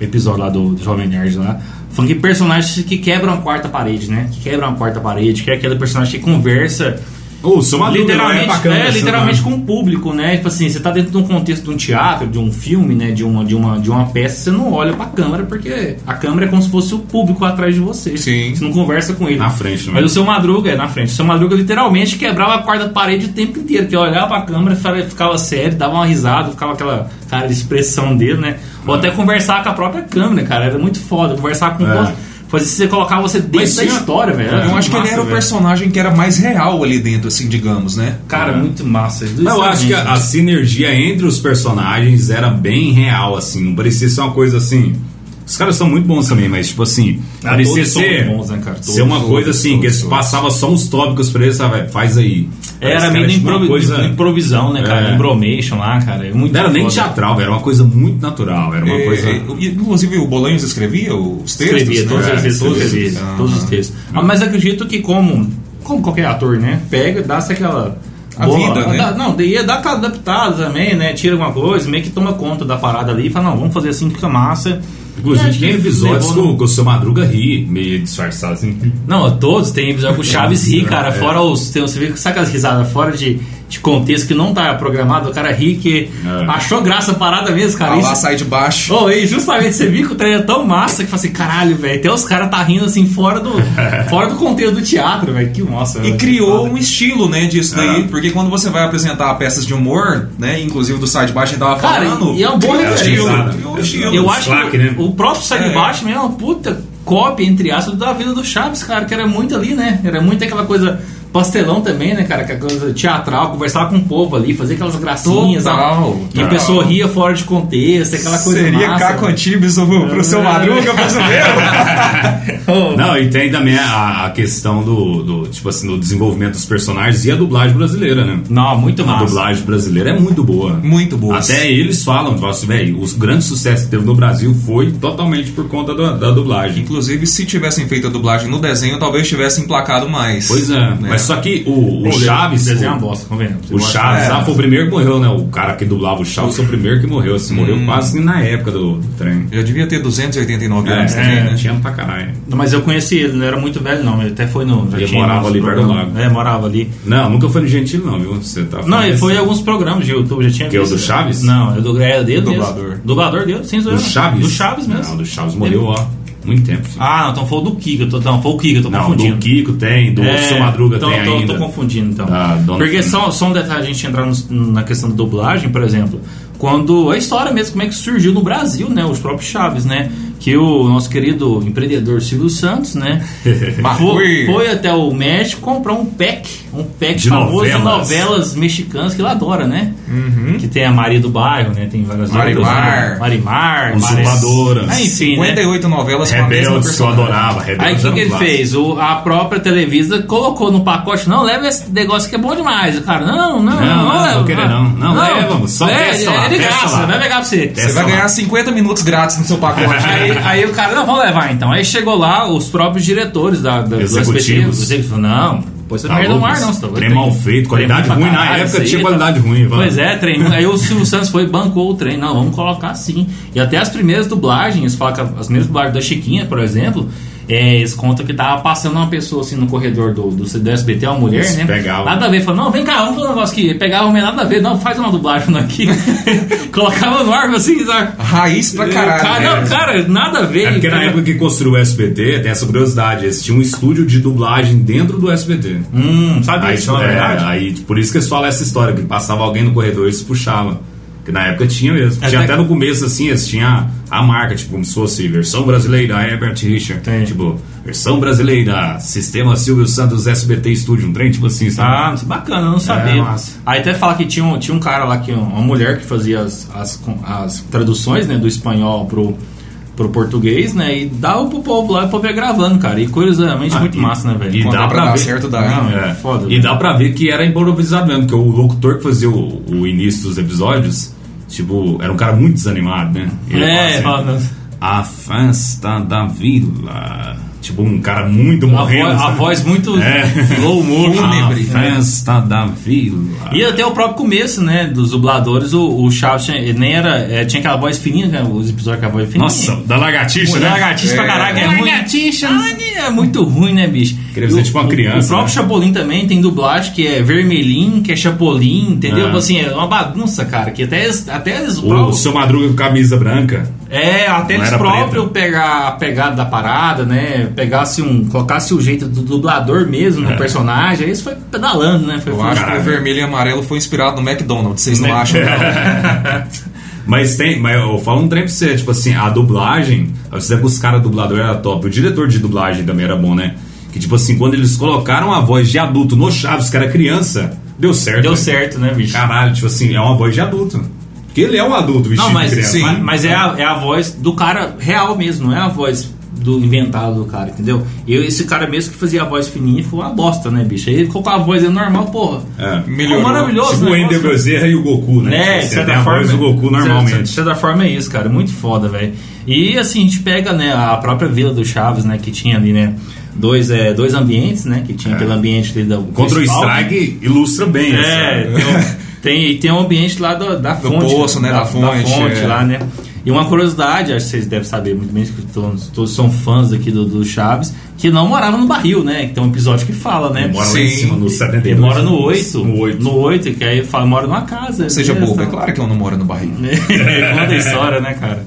[SPEAKER 1] episódio lá do, do Jovem Nerd lá. Falando que personagens que quebram a quarta parede, né? Que quebram a quarta parede, que é aquele personagem que conversa
[SPEAKER 2] Ô, seu Madruga,
[SPEAKER 1] literalmente,
[SPEAKER 2] é bacana,
[SPEAKER 1] é,
[SPEAKER 2] seu
[SPEAKER 1] literalmente
[SPEAKER 2] Madruga.
[SPEAKER 1] com o público, né? Tipo assim, você tá dentro de um contexto de um teatro, de um filme, né? De uma, de uma, de uma peça, você não olha pra câmera, porque a câmera é como se fosse o público atrás de você.
[SPEAKER 3] Sim.
[SPEAKER 1] Você não conversa com ele.
[SPEAKER 2] Na frente, né?
[SPEAKER 1] Mas o seu Madruga, é na frente. O seu Madruga literalmente quebrava a quarta parede o tempo inteiro, que eu olhava pra câmera, fala- ficava sério, dava uma risada, ficava aquela cara de expressão dele, né? Ou até conversar com a própria câmera, cara. Era muito foda. Conversar com
[SPEAKER 2] É.
[SPEAKER 1] o Fazia você colocar você dentro
[SPEAKER 2] Mas
[SPEAKER 1] da
[SPEAKER 2] tinha-
[SPEAKER 1] história, velho.
[SPEAKER 2] É,
[SPEAKER 3] Então, Eu acho que ele era o
[SPEAKER 1] personagem.
[SPEAKER 3] personagem que era mais real ali dentro, assim, digamos, né?
[SPEAKER 1] Cara, muito massa.
[SPEAKER 2] É. Não, eu acho que a, a sinergia entre os personagens era bem real, assim. Não parecia ser uma coisa assim. Os caras são muito bons também, mas, tipo assim, parecia
[SPEAKER 1] Ah, todos são
[SPEAKER 2] ser,
[SPEAKER 1] muito bons, né, cara?
[SPEAKER 2] ser uma
[SPEAKER 3] Todos,
[SPEAKER 2] coisa
[SPEAKER 3] todos,
[SPEAKER 2] assim, que
[SPEAKER 3] todos,
[SPEAKER 2] eles
[SPEAKER 3] todos.
[SPEAKER 2] passavam só uns tópicos pra eles, ah, velho, faz aí. Esse
[SPEAKER 1] Era
[SPEAKER 2] cara
[SPEAKER 1] meio na
[SPEAKER 2] tinha tipo, uma
[SPEAKER 1] improvi-
[SPEAKER 2] coisa-
[SPEAKER 1] na improvisão, né, cara?
[SPEAKER 2] É.
[SPEAKER 1] Na Imbromation lá, cara. É muito
[SPEAKER 2] Não era nem
[SPEAKER 1] foda.
[SPEAKER 2] teatral, velho, era uma coisa muito natural. Era uma
[SPEAKER 3] É,
[SPEAKER 2] coisa.
[SPEAKER 3] e, inclusive o Bolanhos escrevia os textos?
[SPEAKER 1] Escrevia
[SPEAKER 3] né?
[SPEAKER 1] todos
[SPEAKER 2] É,
[SPEAKER 1] os textos, todos os
[SPEAKER 2] escrevia.
[SPEAKER 1] textos. Todos os textos. Ah, mas acredito que como, como qualquer ator, né? Pega, dá-se aquela. Ah,
[SPEAKER 3] A vida, né?
[SPEAKER 1] dá- não, ia dar aquela adaptada também, né? Tira alguma coisa, meio que toma conta da parada ali e fala, não, vamos fazer assim que fica massa. Eu acho
[SPEAKER 2] Inclusive, tem
[SPEAKER 1] que
[SPEAKER 2] episódios
[SPEAKER 1] levou
[SPEAKER 2] que o- que o seu Madruga ri, meio disfarçado assim.
[SPEAKER 1] Não, todos tem episódio com o Chaves ri, cara.
[SPEAKER 2] É.
[SPEAKER 1] Fora os. Tem, você vê que saca as risadas fora de, de contexto que não tá programado, o cara ri que
[SPEAKER 2] É.
[SPEAKER 1] achou graça a parada mesmo, cara.
[SPEAKER 3] Ah,
[SPEAKER 1] Isso-
[SPEAKER 3] lá sai de baixo.
[SPEAKER 1] Oh, e justamente você viu que o treino é tão massa que fala assim, caralho, velho, até os caras tá rindo assim fora do, fora do conteúdo do teatro, velho. Que massa.
[SPEAKER 3] E
[SPEAKER 1] velho.
[SPEAKER 3] criou um estilo, né, disso
[SPEAKER 2] É.
[SPEAKER 3] daí. Porque quando você vai apresentar peças de humor, né, inclusive do site baixo, a gente tava
[SPEAKER 1] Cara,
[SPEAKER 3] falando...
[SPEAKER 1] e é uma boa
[SPEAKER 3] criou um
[SPEAKER 1] referência.
[SPEAKER 3] estilo, criou um estilo.
[SPEAKER 1] Eu
[SPEAKER 2] o
[SPEAKER 1] acho
[SPEAKER 2] Slack,
[SPEAKER 1] que
[SPEAKER 2] né?
[SPEAKER 1] o próprio Sai de
[SPEAKER 3] É.
[SPEAKER 1] Baixo mesmo é uma puta cópia, entre aspas, da vida do Chaves, cara, que era muito ali, né? Era muito aquela coisa pastelão também, né, cara? Que coisa teatral, conversar com o povo ali, fazer aquelas gracinhas.
[SPEAKER 3] Total,
[SPEAKER 1] né? E a
[SPEAKER 3] total.
[SPEAKER 1] pessoa ria fora de contexto, aquela coisa
[SPEAKER 3] Seria
[SPEAKER 1] massa. né? É.
[SPEAKER 3] Caco
[SPEAKER 1] velho.
[SPEAKER 3] Antibes pro, pro seu Madruga brasileiro?
[SPEAKER 2] Não, e tem também a, a questão do, do, tipo assim, do desenvolvimento dos personagens e a dublagem brasileira, né?
[SPEAKER 1] Não, muito
[SPEAKER 2] A
[SPEAKER 1] massa.
[SPEAKER 2] dublagem brasileira é muito boa.
[SPEAKER 3] Muito boa.
[SPEAKER 2] Até eles falam, falam assim, velho, o grande sucesso que teve no Brasil foi totalmente por conta da, da dublagem.
[SPEAKER 3] Inclusive, se tivessem feito a dublagem no desenho, talvez tivessem emplacado mais. Né?
[SPEAKER 2] Pois é, mas só que o, o
[SPEAKER 1] Pô,
[SPEAKER 2] Chaves.
[SPEAKER 1] desenho é uma
[SPEAKER 2] O,
[SPEAKER 1] bosta, convenhamos.
[SPEAKER 2] o Chaves,
[SPEAKER 3] É.
[SPEAKER 2] ah, foi o primeiro que morreu, né? O cara que dublava o Chaves foi o primeiro que morreu. Assim,
[SPEAKER 1] Hum.
[SPEAKER 2] morreu quase na época do, do trem.
[SPEAKER 3] Já devia ter 289
[SPEAKER 2] É,
[SPEAKER 3] anos também, né?
[SPEAKER 2] tinha pra caralho.
[SPEAKER 1] Não, Mas eu conheci ele, não era muito velho, não. Ele até foi no. já
[SPEAKER 2] Ele
[SPEAKER 1] tinha
[SPEAKER 2] morava
[SPEAKER 1] nos
[SPEAKER 2] ali perto do
[SPEAKER 1] programas.
[SPEAKER 2] lago.
[SPEAKER 1] É, morava ali.
[SPEAKER 2] Não, nunca foi no Gentil, não, viu? Você tá
[SPEAKER 1] Não, ele
[SPEAKER 2] falando
[SPEAKER 1] foi em
[SPEAKER 2] isso.
[SPEAKER 1] alguns programas de YouTube, já tinha
[SPEAKER 2] Que é o do Chaves?
[SPEAKER 1] Não, é do é dele. mesmo.
[SPEAKER 3] Dublador.
[SPEAKER 1] Dublador dele, sem zoeira.
[SPEAKER 2] Do Chaves?
[SPEAKER 1] Do Chaves mesmo.
[SPEAKER 2] Não, do Chaves morreu, ó. Muito tempo.
[SPEAKER 1] Ah, não, então foi o do Kiko. eu tô- Não, foi o Kiko, eu tô
[SPEAKER 2] Não,
[SPEAKER 1] confundindo.
[SPEAKER 2] do Kiko tem, do
[SPEAKER 1] É,
[SPEAKER 2] Seu Madruga
[SPEAKER 1] então,
[SPEAKER 2] tem
[SPEAKER 1] tô,
[SPEAKER 2] ainda.
[SPEAKER 1] tô confundindo, então.
[SPEAKER 2] Da Dona
[SPEAKER 1] Porque
[SPEAKER 2] Florinda.
[SPEAKER 1] só, só um detalhe, a gente entrar no- na questão da dublagem, por exemplo, quando a história mesmo, como é que surgiu no Brasil, né? Os próprios Chaves, né? Que o nosso querido empreendedor Silvio Santos, né? foi,
[SPEAKER 3] Marcui.
[SPEAKER 1] foi até o México comprar um pack, um pack
[SPEAKER 2] De
[SPEAKER 1] famoso de
[SPEAKER 2] novelas.
[SPEAKER 1] novelas mexicanas que ele adora, né? Que tem a Maria do Bairro, né? Tem várias outras,
[SPEAKER 3] Marimar.
[SPEAKER 1] né? Marimar,
[SPEAKER 2] Usurpadora.
[SPEAKER 1] Mares- Ah, enfim, né?
[SPEAKER 3] 58 novelas com a mesma
[SPEAKER 2] Rebeldes que eu
[SPEAKER 3] personagem.
[SPEAKER 2] adorava.
[SPEAKER 1] Aí o
[SPEAKER 2] Rebeldes
[SPEAKER 1] que,
[SPEAKER 2] era
[SPEAKER 1] que
[SPEAKER 2] um
[SPEAKER 1] ele
[SPEAKER 2] clássico.
[SPEAKER 1] fez? O- a própria Televisa colocou no pacote, não, leva esse negócio que é bom demais. O cara, não, não, não,
[SPEAKER 2] não, não
[SPEAKER 1] leva,
[SPEAKER 2] vou querer não. Não, leva, moço, só
[SPEAKER 1] leva,
[SPEAKER 2] testa
[SPEAKER 1] é,
[SPEAKER 2] lá,
[SPEAKER 1] é de
[SPEAKER 2] testa
[SPEAKER 1] graça,
[SPEAKER 2] lá.
[SPEAKER 1] vai pegar pra você.
[SPEAKER 2] Testa
[SPEAKER 3] Você vai
[SPEAKER 2] lá.
[SPEAKER 3] ganhar 50 minutos grátis no seu pacote.
[SPEAKER 1] Aí, aí o cara, não, vamos levar então. Aí chegou lá os próprios diretores da, da, do
[SPEAKER 2] Executivos.
[SPEAKER 1] SBT, os executivos, não, depois você
[SPEAKER 2] Tá
[SPEAKER 1] não perdeu o
[SPEAKER 2] louco,
[SPEAKER 1] ar não.
[SPEAKER 2] isso.
[SPEAKER 1] você tá-
[SPEAKER 2] Trem mal feito, qualidade
[SPEAKER 1] trem pra
[SPEAKER 2] ruim. Na
[SPEAKER 1] caralho,
[SPEAKER 2] época
[SPEAKER 1] isso aí,
[SPEAKER 2] tinha
[SPEAKER 1] tá-
[SPEAKER 2] qualidade ruim, Ivan.
[SPEAKER 1] Pois é, trem. Aí o Silvio Santos foi e bancou o trem. Não, vamos colocar sim. E até as primeiras dublagens, fala que as primeiras dublagens da Chiquinha, por exemplo, é, eles contam que tava passando uma pessoa assim no corredor do, do, do SBT, uma mulher,
[SPEAKER 2] Eles
[SPEAKER 1] né?
[SPEAKER 2] pegavam.
[SPEAKER 1] Nada a ver. Falou, não, vem cá, vamos fazer um negócio aqui. Pegava o homem, nada a ver. Não, faz uma dublagem aqui. Colocava no ar, assim, sabe?
[SPEAKER 3] Raiz pra
[SPEAKER 1] É, cara,
[SPEAKER 3] caralho.
[SPEAKER 1] não,
[SPEAKER 3] né?
[SPEAKER 1] cara, nada a ver.
[SPEAKER 2] É porque na
[SPEAKER 1] Cara,
[SPEAKER 2] época que construiu o SBT, tem essa curiosidade, eles tinham um estúdio de dublagem dentro do SBT.
[SPEAKER 1] Hum, sabe
[SPEAKER 2] Aí,
[SPEAKER 1] isso,
[SPEAKER 2] tipo,
[SPEAKER 1] na
[SPEAKER 2] é,
[SPEAKER 1] verdade?
[SPEAKER 2] aí, tipo, por isso que eles falam essa história, que passava alguém no corredor e eles puxavam. Que na época tinha mesmo.
[SPEAKER 1] Até-
[SPEAKER 2] Tinha até no começo, assim, eles tinham a marca, tipo, como se fosse versão brasileira, Herbert Richard.
[SPEAKER 1] Entendi.
[SPEAKER 2] Tipo, versão brasileira, sistema Silvio Santos SBT Studio, um trem, tipo assim, sabe?
[SPEAKER 1] Ah, isso é bacana, eu não sabia.
[SPEAKER 2] massa.
[SPEAKER 1] Aí até fala que tinha um, tinha um cara lá, que uma mulher que fazia as, as, as traduções né, do espanhol pro, pro português, né? E dava pro povo lá, o povo ia gravando, cara. E curiosamente,
[SPEAKER 2] Ah,
[SPEAKER 1] muito
[SPEAKER 2] e-
[SPEAKER 1] massa, né, velho?
[SPEAKER 2] e
[SPEAKER 1] Pô,
[SPEAKER 3] Quando
[SPEAKER 2] dá
[SPEAKER 3] dá
[SPEAKER 2] é
[SPEAKER 3] pra
[SPEAKER 2] pra
[SPEAKER 3] dar
[SPEAKER 2] ver.
[SPEAKER 3] certo, dá. hein?
[SPEAKER 1] Não,
[SPEAKER 2] É.
[SPEAKER 1] Foda,
[SPEAKER 2] e
[SPEAKER 1] né?
[SPEAKER 2] dá pra ver que era improvisado mesmo, porque o locutor que fazia o, o início dos episódios, tipo, era um cara muito desanimado, né?
[SPEAKER 1] É,
[SPEAKER 2] falava
[SPEAKER 1] fala-
[SPEAKER 2] a festa da vila. Tipo, um cara muito
[SPEAKER 1] a, voz,
[SPEAKER 2] morrendo.
[SPEAKER 1] a
[SPEAKER 2] sabe?
[SPEAKER 1] voz muito
[SPEAKER 2] né? É.
[SPEAKER 1] low humor.
[SPEAKER 2] A
[SPEAKER 3] fúnebre.
[SPEAKER 2] festa da vila.
[SPEAKER 1] E até o próprio começo, né, dos dubladores, o, o Chaves tinha, ele nem era, é, tinha aquela voz fininha, né, os episódios com a voz fininha.
[SPEAKER 2] Nossa, da lagartixa, né?
[SPEAKER 1] Mulher lagartixa pra
[SPEAKER 3] É.
[SPEAKER 1] caraca, é ruim. Lagartixa. É muito ruim, né, bicho?
[SPEAKER 2] Queria ser tipo uma
[SPEAKER 1] O- o-
[SPEAKER 2] criança,
[SPEAKER 1] O próprio
[SPEAKER 2] né?
[SPEAKER 1] Chapolin também tem dublagem que é vermelhinho, que é Chapolin, entendeu?
[SPEAKER 2] Ah.
[SPEAKER 1] Assim, é uma bagunça, cara, que até, eles- até eles
[SPEAKER 2] O
[SPEAKER 1] próprios-
[SPEAKER 2] seu Madruga com camisa branca.
[SPEAKER 1] é, até
[SPEAKER 2] Não
[SPEAKER 1] eles
[SPEAKER 2] era
[SPEAKER 1] próprios
[SPEAKER 2] preto.
[SPEAKER 1] pegar a pegada da parada, né? Pegasse um. Colocasse o jeito do dublador mesmo no
[SPEAKER 2] É.
[SPEAKER 1] personagem, aí isso foi pedalando, né? Foi
[SPEAKER 3] Eu acho
[SPEAKER 2] Caralho.
[SPEAKER 3] que o vermelho e amarelo foi inspirado no McDonald's, vocês não
[SPEAKER 1] Mac-
[SPEAKER 3] acham? não?
[SPEAKER 2] Mas tem, mas eu falo um trem pra você, tipo assim, a dublagem, você que os caras dublador era top, o diretor de dublagem também era bom, né? Que tipo assim, quando eles colocaram a voz de adulto no Chaves, que era criança, deu certo.
[SPEAKER 1] Deu
[SPEAKER 2] né?
[SPEAKER 1] certo, né, bicho?
[SPEAKER 2] Caralho, tipo assim, é uma voz de adulto. Porque ele é um adulto vestido
[SPEAKER 1] Não, mas,
[SPEAKER 2] de criança.
[SPEAKER 1] sim,
[SPEAKER 2] né?
[SPEAKER 1] mas é, a, é a voz do cara real mesmo, não é a voz do inventado do cara, entendeu? E esse cara mesmo que fazia a voz fininha foi uma bosta, né, bicho? Aí ele colocou a voz é normal, porra.
[SPEAKER 2] É.
[SPEAKER 3] Melhorou.
[SPEAKER 1] Ficou maravilhoso,
[SPEAKER 2] Tipo o
[SPEAKER 1] né?
[SPEAKER 2] Ender Bezerra e o Goku, né?
[SPEAKER 1] Né,
[SPEAKER 2] Tipo,
[SPEAKER 1] de
[SPEAKER 2] você
[SPEAKER 1] certa
[SPEAKER 2] tem a
[SPEAKER 1] forma.
[SPEAKER 2] voz do Goku
[SPEAKER 1] De tá-
[SPEAKER 2] normalmente.
[SPEAKER 1] certa forma é isso, cara. Muito foda, velho. E assim, a gente pega, né, a própria vila do Chaves, né, que tinha ali, né? Dois, é, dois ambientes, né? Que tinha aquele ambiente ali da.
[SPEAKER 2] É. Contra o
[SPEAKER 1] principal. né?
[SPEAKER 2] Strike ilustra bem
[SPEAKER 1] É,
[SPEAKER 2] essa.
[SPEAKER 1] tem um- tem, tem um ambiente lá do- da
[SPEAKER 3] Do
[SPEAKER 1] fonte.
[SPEAKER 3] poço, né, da fonte, é.
[SPEAKER 1] lá, né? E uma curiosidade, acho que vocês devem saber muito bem, que todos, todos são fãs aqui do, do Chaves, que não morava no barril, né? Que tem um episódio que fala, né?
[SPEAKER 2] Ele mora lá
[SPEAKER 3] Sim.
[SPEAKER 2] em cima, no 72.
[SPEAKER 1] Ele mora no 8.
[SPEAKER 2] No 8.
[SPEAKER 1] No 8, que aí fala, mora numa casa.
[SPEAKER 3] Seja
[SPEAKER 1] beleza,
[SPEAKER 3] bobo, é
[SPEAKER 1] tá?
[SPEAKER 3] claro que eu não moro no barril.
[SPEAKER 1] Conta a história, né, cara?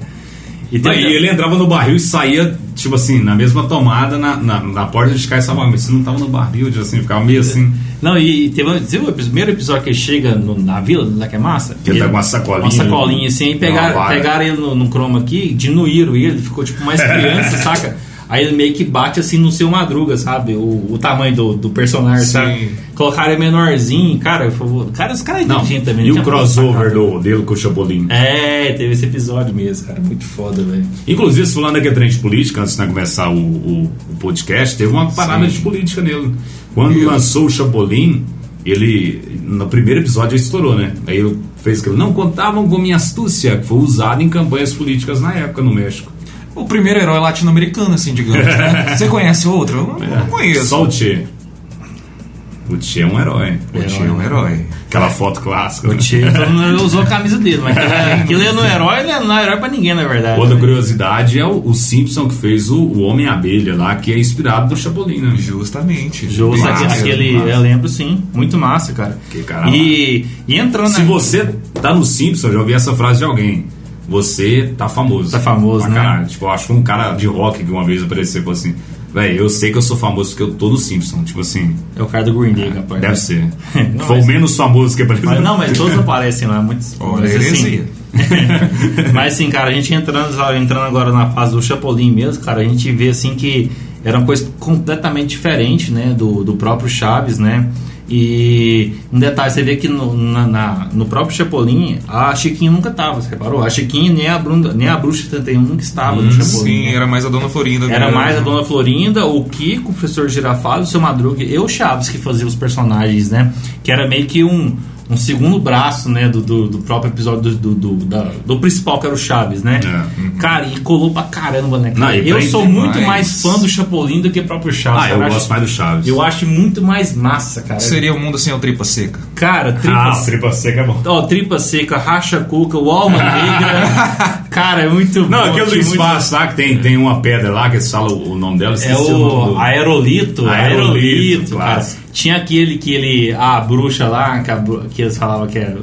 [SPEAKER 1] E
[SPEAKER 2] Não, e ele entrava no barril e saía, tipo assim, na mesma tomada, na, na, na porta de cá e falava, "Ah, mas você não tava no barril, tipo assim, ficava meio assim.
[SPEAKER 1] Não, e teve, um- teve o primeiro episódio que ele chega no- na vila da que é massa.
[SPEAKER 2] Que ele tá com uma sacolinha.
[SPEAKER 1] Uma sacolinha assim, e
[SPEAKER 2] Uma
[SPEAKER 1] pegaram,
[SPEAKER 2] vara.
[SPEAKER 1] pegaram ele no, no chroma aqui, diminuíram ele, ele ficou tipo mais criança, saca? Aí ele meio que bate assim no seu madruga, sabe? O, o tamanho do, do personagem,
[SPEAKER 3] Sim.
[SPEAKER 1] sabe? Colocaram ele menorzinho, cara, por favor. Cara, os caras é
[SPEAKER 2] Não,
[SPEAKER 1] inteligente também.
[SPEAKER 2] e
[SPEAKER 1] não
[SPEAKER 2] o
[SPEAKER 1] tinha
[SPEAKER 2] crossover
[SPEAKER 1] sacado.
[SPEAKER 2] do, dele com o Chapolin.
[SPEAKER 1] É, teve esse episódio mesmo, cara. Muito foda, velho.
[SPEAKER 2] Inclusive, falando aqui trem de política, antes de nós começar o, o- o podcast, teve uma parada
[SPEAKER 3] Sim.
[SPEAKER 2] de política nele. Quando lançou o Chapolin, ele, no primeiro episódio, ele estourou, né? Aí ele fez aquilo. Não contavam com minha astúcia, que foi usada em campanhas políticas na época no México.
[SPEAKER 3] O primeiro herói é latino-americano, assim, digamos. né? Você conhece outro? Eu não,
[SPEAKER 1] É.
[SPEAKER 3] não conheço.
[SPEAKER 2] Só o Tchê. O Tchê é um herói.
[SPEAKER 3] O Tio é
[SPEAKER 1] né?
[SPEAKER 3] um herói.
[SPEAKER 2] Aquela foto clássica. né?
[SPEAKER 1] Então, Ele usou a camisa dele, mas aquilo é no herói, né? Não é herói pra ninguém, na verdade.
[SPEAKER 2] Outra
[SPEAKER 1] né?
[SPEAKER 2] curiosidade é o, o Simpson que fez o, o Homem-Abelha lá, que é inspirado do Chapolin, né?
[SPEAKER 3] Justamente.
[SPEAKER 1] Jô,
[SPEAKER 2] Massa,
[SPEAKER 1] sabe, aquele,
[SPEAKER 2] massa.
[SPEAKER 1] eu lembro sim, muito massa, cara.
[SPEAKER 2] Que cara
[SPEAKER 1] E, e entrando
[SPEAKER 2] Se
[SPEAKER 1] na-
[SPEAKER 2] você tá no Simpson, já ouvi essa frase de alguém. você tá famoso.
[SPEAKER 3] Tá famoso,
[SPEAKER 2] pra
[SPEAKER 3] né?
[SPEAKER 2] Caralho. Tipo, eu acho que um cara de rock que uma vez apareceu e falou assim: velho, eu sei que eu sou famoso porque eu tô no Simpson. Tipo assim,
[SPEAKER 1] É o cara do Green Day, rapaz.
[SPEAKER 2] deve ser.
[SPEAKER 1] Não,
[SPEAKER 2] Foi
[SPEAKER 1] mas-
[SPEAKER 2] o menos famoso que apareceu.
[SPEAKER 1] Mas, não, mas todos aparecem lá, muitos.
[SPEAKER 3] Olha,
[SPEAKER 1] mas, assim,
[SPEAKER 3] heresia.
[SPEAKER 1] mas assim, cara, a gente entrando, entrando agora na fase do Chapolin mesmo, cara, a gente vê assim que era uma coisa completamente diferente, né, do, do próprio Chaves, né? E um detalhe, você vê que no, na- na- no próprio Chapolin, a Chiquinha nunca tava, você reparou? A Chiquinha nem a, Bruna, nem a Bruxa 71 nunca estava
[SPEAKER 2] Hum,
[SPEAKER 1] no Chapolin.
[SPEAKER 3] Sim,
[SPEAKER 1] né?
[SPEAKER 3] era mais a Dona Florinda.
[SPEAKER 1] Era
[SPEAKER 2] É.
[SPEAKER 3] mesmo.
[SPEAKER 1] mais a Dona Florinda, o Kiko, o professor Girafales, o seu Madruga e o Chaves que faziam os personagens, né? Que era meio que um, um segundo braço, né? Do, do, do próprio episódio do, do, do, da- do principal, que era o Chaves, né?
[SPEAKER 2] É,
[SPEAKER 1] Cara, e colou pra caramba, né? cara?
[SPEAKER 2] Não, e
[SPEAKER 1] eu
[SPEAKER 2] prende
[SPEAKER 1] sou muito mais
[SPEAKER 3] demais.
[SPEAKER 1] fã do Chapolin do que o próprio Chaves.
[SPEAKER 2] Ah, eu
[SPEAKER 1] cara.
[SPEAKER 2] gosto mais do Chaves.
[SPEAKER 1] acho, eu acho muito mais massa, cara.
[SPEAKER 3] Seria o mundo sem o tripa seca.
[SPEAKER 1] Cara, tripa,
[SPEAKER 2] Ah, o tripa seca é bom.
[SPEAKER 1] ó, tripa seca, racha cuca, o alma negra. cara, é muito
[SPEAKER 2] Não,
[SPEAKER 1] bom.
[SPEAKER 2] aquele do
[SPEAKER 1] tinha muito-
[SPEAKER 2] espaço lá que tem, tem uma pedra lá que eles falam o o nome
[SPEAKER 1] É
[SPEAKER 2] dela. esqueci nome
[SPEAKER 1] o
[SPEAKER 2] do-
[SPEAKER 1] Aerolito,
[SPEAKER 2] Aerolito,
[SPEAKER 1] Aerolito, cara.
[SPEAKER 2] clássico.
[SPEAKER 1] Tinha aquele que ele. A bruxa lá, que, a bru- que eles falavam que era.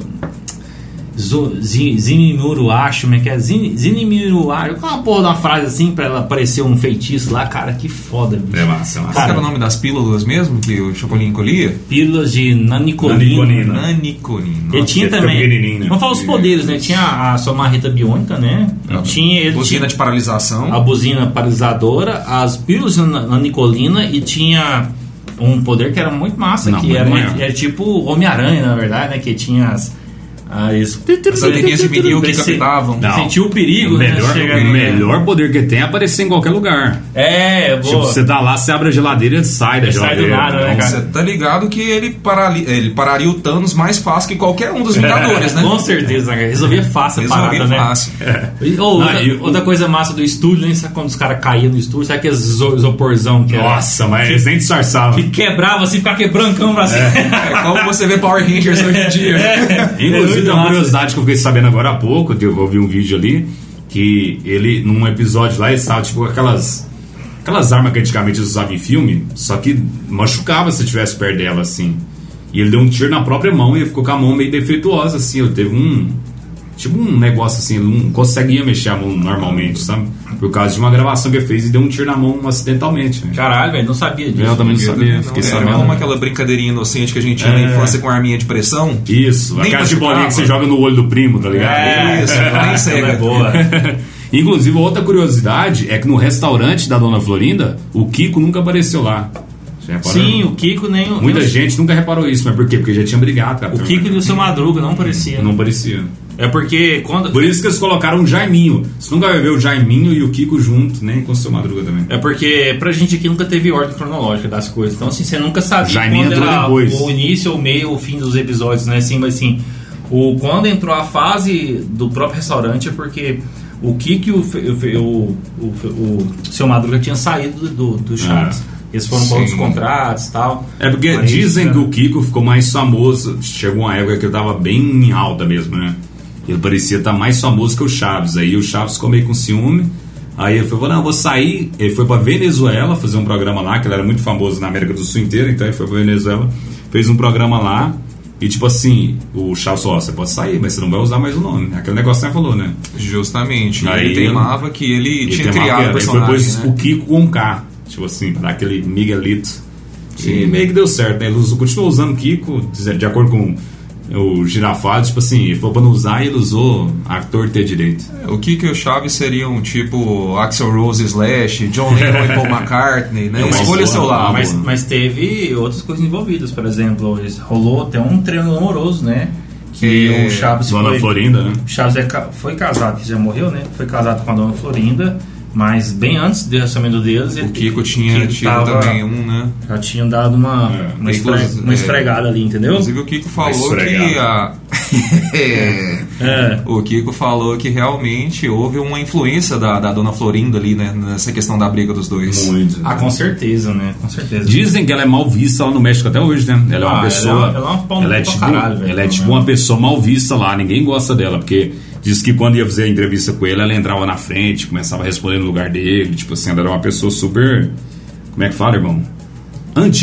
[SPEAKER 1] Zo- Zi- Zinimuru acho, como é que é? Zin- Zinimuru acho. Qual uma porra de uma frase assim pra ela aparecer um feitiço lá, cara, que foda, bicho.
[SPEAKER 2] É massa, é massa.
[SPEAKER 3] Qual era o nome das pílulas mesmo que o Chapolin colhia?
[SPEAKER 2] É.
[SPEAKER 1] Pílulas de
[SPEAKER 2] Nanicolina.
[SPEAKER 1] Nanicolina.
[SPEAKER 2] Não.
[SPEAKER 3] Nanicolina.
[SPEAKER 1] Ele tinha
[SPEAKER 2] ele fica
[SPEAKER 1] também.
[SPEAKER 2] pequenininho, né?
[SPEAKER 1] Vamos falar os poderes, né? Tinha a, a sua marreta biônica, né? E tinha, ele tinha
[SPEAKER 3] Buzina de paralisação.
[SPEAKER 1] a buzina paralisadora, as pílulas na, na Nicolina e tinha um poder que era muito massa,
[SPEAKER 2] Não, é.
[SPEAKER 1] que
[SPEAKER 2] muito
[SPEAKER 1] era,
[SPEAKER 2] maior.
[SPEAKER 1] era tipo Homem-Aranha, na verdade, né? Que tinha as. As,
[SPEAKER 3] As anteninhas de vinil que captavam.
[SPEAKER 2] um- Não.
[SPEAKER 1] Sentiu o perigo,
[SPEAKER 2] o
[SPEAKER 1] né?
[SPEAKER 2] melhor,
[SPEAKER 1] Chega-
[SPEAKER 2] o melhor poder que tem é aparecer em qualquer lugar.
[SPEAKER 1] É, boa.
[SPEAKER 2] Tipo, você tá lá, você abre a geladeira e sai da
[SPEAKER 1] Sai do
[SPEAKER 2] geladeira.
[SPEAKER 1] nada, né,
[SPEAKER 2] Então,
[SPEAKER 1] cara?
[SPEAKER 3] Você tá ligado que ele, parali- ele pararia o Thanos mais fácil que qualquer um dos Vingadores, né?
[SPEAKER 1] Com certeza, cara. Resolvia fácil a
[SPEAKER 3] Resolvi
[SPEAKER 1] parada, né?
[SPEAKER 3] fácil.
[SPEAKER 2] É.
[SPEAKER 1] E- ou
[SPEAKER 2] Não,
[SPEAKER 1] outra,
[SPEAKER 2] e o-
[SPEAKER 1] outra coisa massa do estúdio, nem sabe quando os caras caíam no estúdio, sabe aqueles iso- isoporzão que era?
[SPEAKER 2] Nossa, mas eles nem disfarçavam.
[SPEAKER 1] Que quebrava assim, ficava quebrancão pra cima.
[SPEAKER 3] É como você vê Power Rangers hoje em dia.
[SPEAKER 2] É.
[SPEAKER 1] muito
[SPEAKER 2] Inclusive, uma
[SPEAKER 1] massa.
[SPEAKER 2] curiosidade que eu fiquei sabendo agora há pouco, eu ouvi um vídeo ali, que ele, num episódio lá, ele estava tipo com aquelas. Aquelas armas que antigamente eles usavam em filme, só que machucava se estivesse perto dela, assim. E ele deu um tiro na própria mão e ficou com a mão meio defeituosa, assim. Ele teve um. Tipo um negócio assim, ele não conseguia mexer a mão normalmente, sabe? Por causa de uma gravação que ele fez e deu um tiro na mão acidentalmente, né?
[SPEAKER 1] Caralho, velho, não sabia disso.
[SPEAKER 2] Eu também não sabia,
[SPEAKER 3] Não,
[SPEAKER 2] fiquei
[SPEAKER 3] era é, como
[SPEAKER 2] sabendo. É.
[SPEAKER 3] aquela brincadeirinha inocente que a gente tinha na infância com a arminha de pressão.
[SPEAKER 2] Isso,
[SPEAKER 3] Nem
[SPEAKER 2] aquela de
[SPEAKER 3] machucava.
[SPEAKER 2] bolinha que você joga no olho do primo, tá ligado?
[SPEAKER 1] É,
[SPEAKER 3] Isso,
[SPEAKER 1] é,
[SPEAKER 3] nem
[SPEAKER 1] ela
[SPEAKER 3] cega.
[SPEAKER 1] é boa.
[SPEAKER 2] Inclusive, outra curiosidade é que no restaurante da Dona Florinda, o Kiko nunca apareceu lá. Você reparou?
[SPEAKER 1] Sim, o Kiko nem o.
[SPEAKER 2] Muita
[SPEAKER 1] nem o-
[SPEAKER 2] gente nunca reparou isso, mas por quê? Porque já tinha brigado, cara.
[SPEAKER 1] O Kiko e o seu Madruga não parecia. né?
[SPEAKER 2] não parecia.
[SPEAKER 1] É porque quando.
[SPEAKER 2] Por isso que eles colocaram o Jaiminho. Você nunca vai ver o Jaiminho e o Kiko junto, nem com o seu Madruga também.
[SPEAKER 1] É porque pra gente aqui nunca teve ordem cronológica das coisas. Então, assim, você nunca sabia
[SPEAKER 2] Já
[SPEAKER 1] quando
[SPEAKER 2] emendou
[SPEAKER 1] era
[SPEAKER 2] depois.
[SPEAKER 1] o início, o meio, o fim dos episódios, né? Assim, mas assim, o, quando entrou a fase do próprio restaurante é porque o Kiko e o, Fe- o, Fe- o, o, Fe- o seu Madruga tinham saído do, do, do Chaves. Eles foram para outros
[SPEAKER 3] Sim.
[SPEAKER 1] contratos e tal.
[SPEAKER 2] Ah. É porque
[SPEAKER 1] Mas,
[SPEAKER 2] dizem
[SPEAKER 1] cara,
[SPEAKER 2] que o Kiko ficou mais famoso. Chegou uma época que ele tava bem em alta mesmo, né? Ele parecia estar mais famoso que o Chaves. Aí o Chaves ficou meio com ciúme. Aí ele falou: não, eu vou sair. Ele foi pra Venezuela fazer um programa lá, que ele era muito famoso na América do Sul inteira, então ele foi pra Venezuela, fez um programa lá. E tipo assim, o Chaves falou: ó, você pode sair, mas você não vai usar mais o nome. Aquele negócio que você falou, né?
[SPEAKER 3] Justamente.
[SPEAKER 2] Aí
[SPEAKER 3] ele teimava que ele,
[SPEAKER 2] Ele
[SPEAKER 3] tinha
[SPEAKER 2] tem uma
[SPEAKER 3] criado o
[SPEAKER 2] piada. Ele foi
[SPEAKER 3] personagem.
[SPEAKER 2] depois
[SPEAKER 3] né?
[SPEAKER 2] o Kiko com K. Tipo assim, pra dar aquele Miguelito. E meio que deu certo, né? Ele usou- continuou usando Kiko, de de acordo com o Girafado, tipo assim, ele falou pra não usar e ele usou ator ter direito.
[SPEAKER 3] O Kiko e o Chaves seriam tipo Axel Rose Slash, John Lennon e Paul McCartney, né?
[SPEAKER 2] É uma
[SPEAKER 3] Escolha
[SPEAKER 2] boa,
[SPEAKER 3] seu lado.
[SPEAKER 2] uma
[SPEAKER 1] Mas,
[SPEAKER 2] boa.
[SPEAKER 1] mas teve outras coisas envolvidas, por exemplo, eles- rolou até um treino amoroso, né? Que
[SPEAKER 3] É,
[SPEAKER 1] o Chaves
[SPEAKER 2] Dona
[SPEAKER 1] foi,
[SPEAKER 2] Florinda, né?
[SPEAKER 1] o Chaves é ca- foi casado, que já morreu, né? Foi casado com a dona Florinda, mas bem antes do relacionamento deles,
[SPEAKER 3] O Kiko tinha
[SPEAKER 1] Kiko
[SPEAKER 3] tido
[SPEAKER 1] tava-
[SPEAKER 3] também um, né?
[SPEAKER 1] já tinha dado uma,
[SPEAKER 2] É,
[SPEAKER 1] uma,
[SPEAKER 3] inclusive,
[SPEAKER 1] esfre- uma
[SPEAKER 3] é.
[SPEAKER 1] esfregada ali, entendeu?
[SPEAKER 3] Inclusive o Kiko falou que a.
[SPEAKER 2] esfregado.
[SPEAKER 3] É.
[SPEAKER 1] É.
[SPEAKER 3] O Kiko falou que realmente houve uma influência da, da dona Florinda ali, né? Nessa questão da briga dos dois.
[SPEAKER 2] Muito.
[SPEAKER 1] Ah, com certeza, né? Com certeza.
[SPEAKER 2] Dizem que ela é mal vista lá no México até hoje, né? Ela é
[SPEAKER 1] Ah,
[SPEAKER 2] uma
[SPEAKER 1] ela-
[SPEAKER 2] pessoa.
[SPEAKER 1] ela é uma pau no
[SPEAKER 2] ela é
[SPEAKER 1] cu pra
[SPEAKER 2] tipo,
[SPEAKER 1] caralho, velho,
[SPEAKER 2] ela é
[SPEAKER 1] não
[SPEAKER 2] tipo
[SPEAKER 1] é?
[SPEAKER 2] uma pessoa mal vista lá, ninguém gosta dela, porque diz que quando ia fazer a entrevista com ele, ela entrava na frente, começava a responder no lugar dele, tipo assim, ela era uma pessoa super. Como é que fala, irmão?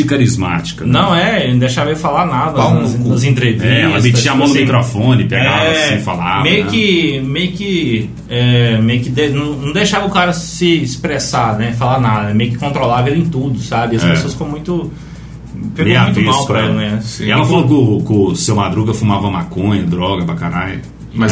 [SPEAKER 2] anticarismática. né?
[SPEAKER 1] Não é, não deixava eu falar nada
[SPEAKER 3] Pau no
[SPEAKER 1] nas,
[SPEAKER 3] cu.
[SPEAKER 1] nas entrevistas.
[SPEAKER 2] É, ela metia a mão
[SPEAKER 1] tipo
[SPEAKER 2] no
[SPEAKER 1] assim,
[SPEAKER 2] microfone, pegava
[SPEAKER 1] é,
[SPEAKER 2] assim, falava.
[SPEAKER 1] Meio
[SPEAKER 2] né?
[SPEAKER 1] que. Meio que. é, meio que de- não, não deixava o cara se expressar, né? Falar nada. Meio que controlava ele em tudo, sabe? As
[SPEAKER 2] É.
[SPEAKER 1] pessoas ficam muito. Pegou
[SPEAKER 2] Meio
[SPEAKER 1] muito mal
[SPEAKER 2] avesso
[SPEAKER 1] pra
[SPEAKER 2] pra
[SPEAKER 1] ela,
[SPEAKER 2] ela.
[SPEAKER 1] né?
[SPEAKER 2] E ela falou que o, que o seu Madruga fumava maconha, droga pra caralho.
[SPEAKER 3] Mas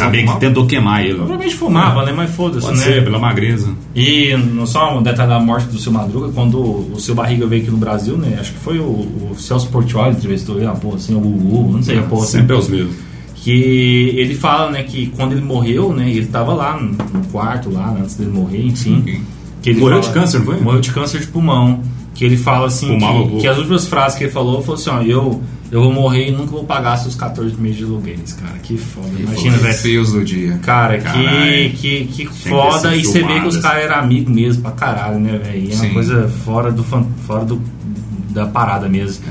[SPEAKER 2] Mas
[SPEAKER 3] ela
[SPEAKER 2] ela meio que
[SPEAKER 3] fumava?
[SPEAKER 2] tentou queimar ele.
[SPEAKER 1] Provavelmente fumava, né? Mas foda-se,
[SPEAKER 2] Pode
[SPEAKER 1] né?
[SPEAKER 2] ser, pela magreza.
[SPEAKER 1] E não só um detalhe da morte do seu Madruga, quando o seu Barriga veio aqui no Brasil, né? Acho que foi o, o Celso Portioli que entrevistou ele, a porra assim, o Gugu, não sei, a porra assim.
[SPEAKER 2] Sempre é os mesmos.
[SPEAKER 1] Que ele fala, né, que quando ele morreu, né, ele tava lá no no quarto, lá, né, antes dele morrer, enfim. Que ele
[SPEAKER 2] Morreu de câncer, não foi?
[SPEAKER 1] Morreu de câncer de pulmão. Que ele fala assim,
[SPEAKER 2] Pulmão,
[SPEAKER 1] que,
[SPEAKER 2] o-
[SPEAKER 1] que as últimas frases que ele falou, falou assim, ó, eu, eu vou morrer e nunca vou pagar seus 14 meses de aluguel, cara, que foda, imagina, velho.
[SPEAKER 3] Feios do dia.
[SPEAKER 1] Cara, que,
[SPEAKER 2] Caralho.
[SPEAKER 1] que, que
[SPEAKER 2] que
[SPEAKER 1] foda.
[SPEAKER 2] ser
[SPEAKER 1] E você vê que
[SPEAKER 2] filmado,
[SPEAKER 1] os caras eram amigos mesmo pra caralho, né, velho? É uma
[SPEAKER 3] Sim.
[SPEAKER 1] coisa fora, do, fan- fora do, da parada mesmo.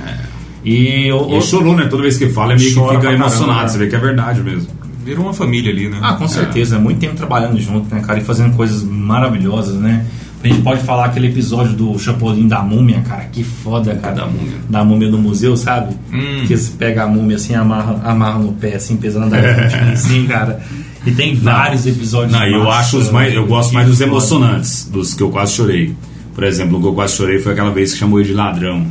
[SPEAKER 1] E o,
[SPEAKER 2] Ele chorou, né? Toda vez que fala, é meio que
[SPEAKER 1] Chora
[SPEAKER 2] fica
[SPEAKER 1] pra
[SPEAKER 2] emocionado.
[SPEAKER 1] caramba, né?
[SPEAKER 2] você vê que é verdade mesmo.
[SPEAKER 3] Virou uma família ali, né?
[SPEAKER 1] Ah, com certeza. Muito tempo trabalhando junto, né, cara? E fazendo coisas maravilhosas, né? A gente pode falar aquele episódio do Chapolin da Múmia, cara. Que foda, cara.
[SPEAKER 2] Da múmia. Hum.
[SPEAKER 1] Da múmia do museu, sabe? Que eles pegam a múmia assim, amarram amarra no pé, assim, pesando da gente, assim, cara. E tem vários episódios.
[SPEAKER 2] Não, eu
[SPEAKER 1] massa,
[SPEAKER 2] acho os mais. Eu gosto
[SPEAKER 1] que
[SPEAKER 2] mais dos
[SPEAKER 1] foda.
[SPEAKER 2] emocionantes, dos que eu quase chorei. Por exemplo, o que eu quase chorei foi aquela vez que chamou ele de ladrão.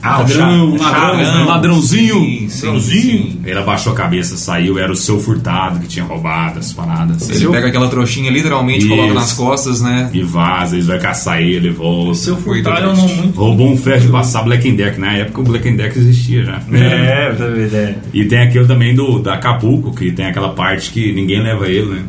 [SPEAKER 1] Ah, o
[SPEAKER 2] Ladrão,
[SPEAKER 1] Chaves,
[SPEAKER 2] ladrão,
[SPEAKER 1] Chaves, né?
[SPEAKER 2] ladrão. ladrãozinho.
[SPEAKER 3] Sim, sim,
[SPEAKER 2] Ladrãozinho.
[SPEAKER 3] sim.
[SPEAKER 2] Ele abaixou a cabeça, saiu, era o seu furtado que tinha roubado as paradas.
[SPEAKER 3] Ele pega aquela trouxinha literalmente, coloca
[SPEAKER 2] Isso.
[SPEAKER 3] nas costas, né?
[SPEAKER 2] E vaza, eles vão caçar ele,
[SPEAKER 1] Se
[SPEAKER 2] volta.
[SPEAKER 1] eu furtar, eu
[SPEAKER 3] Cuida,
[SPEAKER 1] não
[SPEAKER 3] gente.
[SPEAKER 1] é muito.
[SPEAKER 2] Roubou um ferro de passar Black and Deck. Na época o Black and Deck existia já.
[SPEAKER 1] É, pra ver, é.
[SPEAKER 2] E tem aquele também do da Acapulco, que tem aquela parte que ninguém leva ele, né?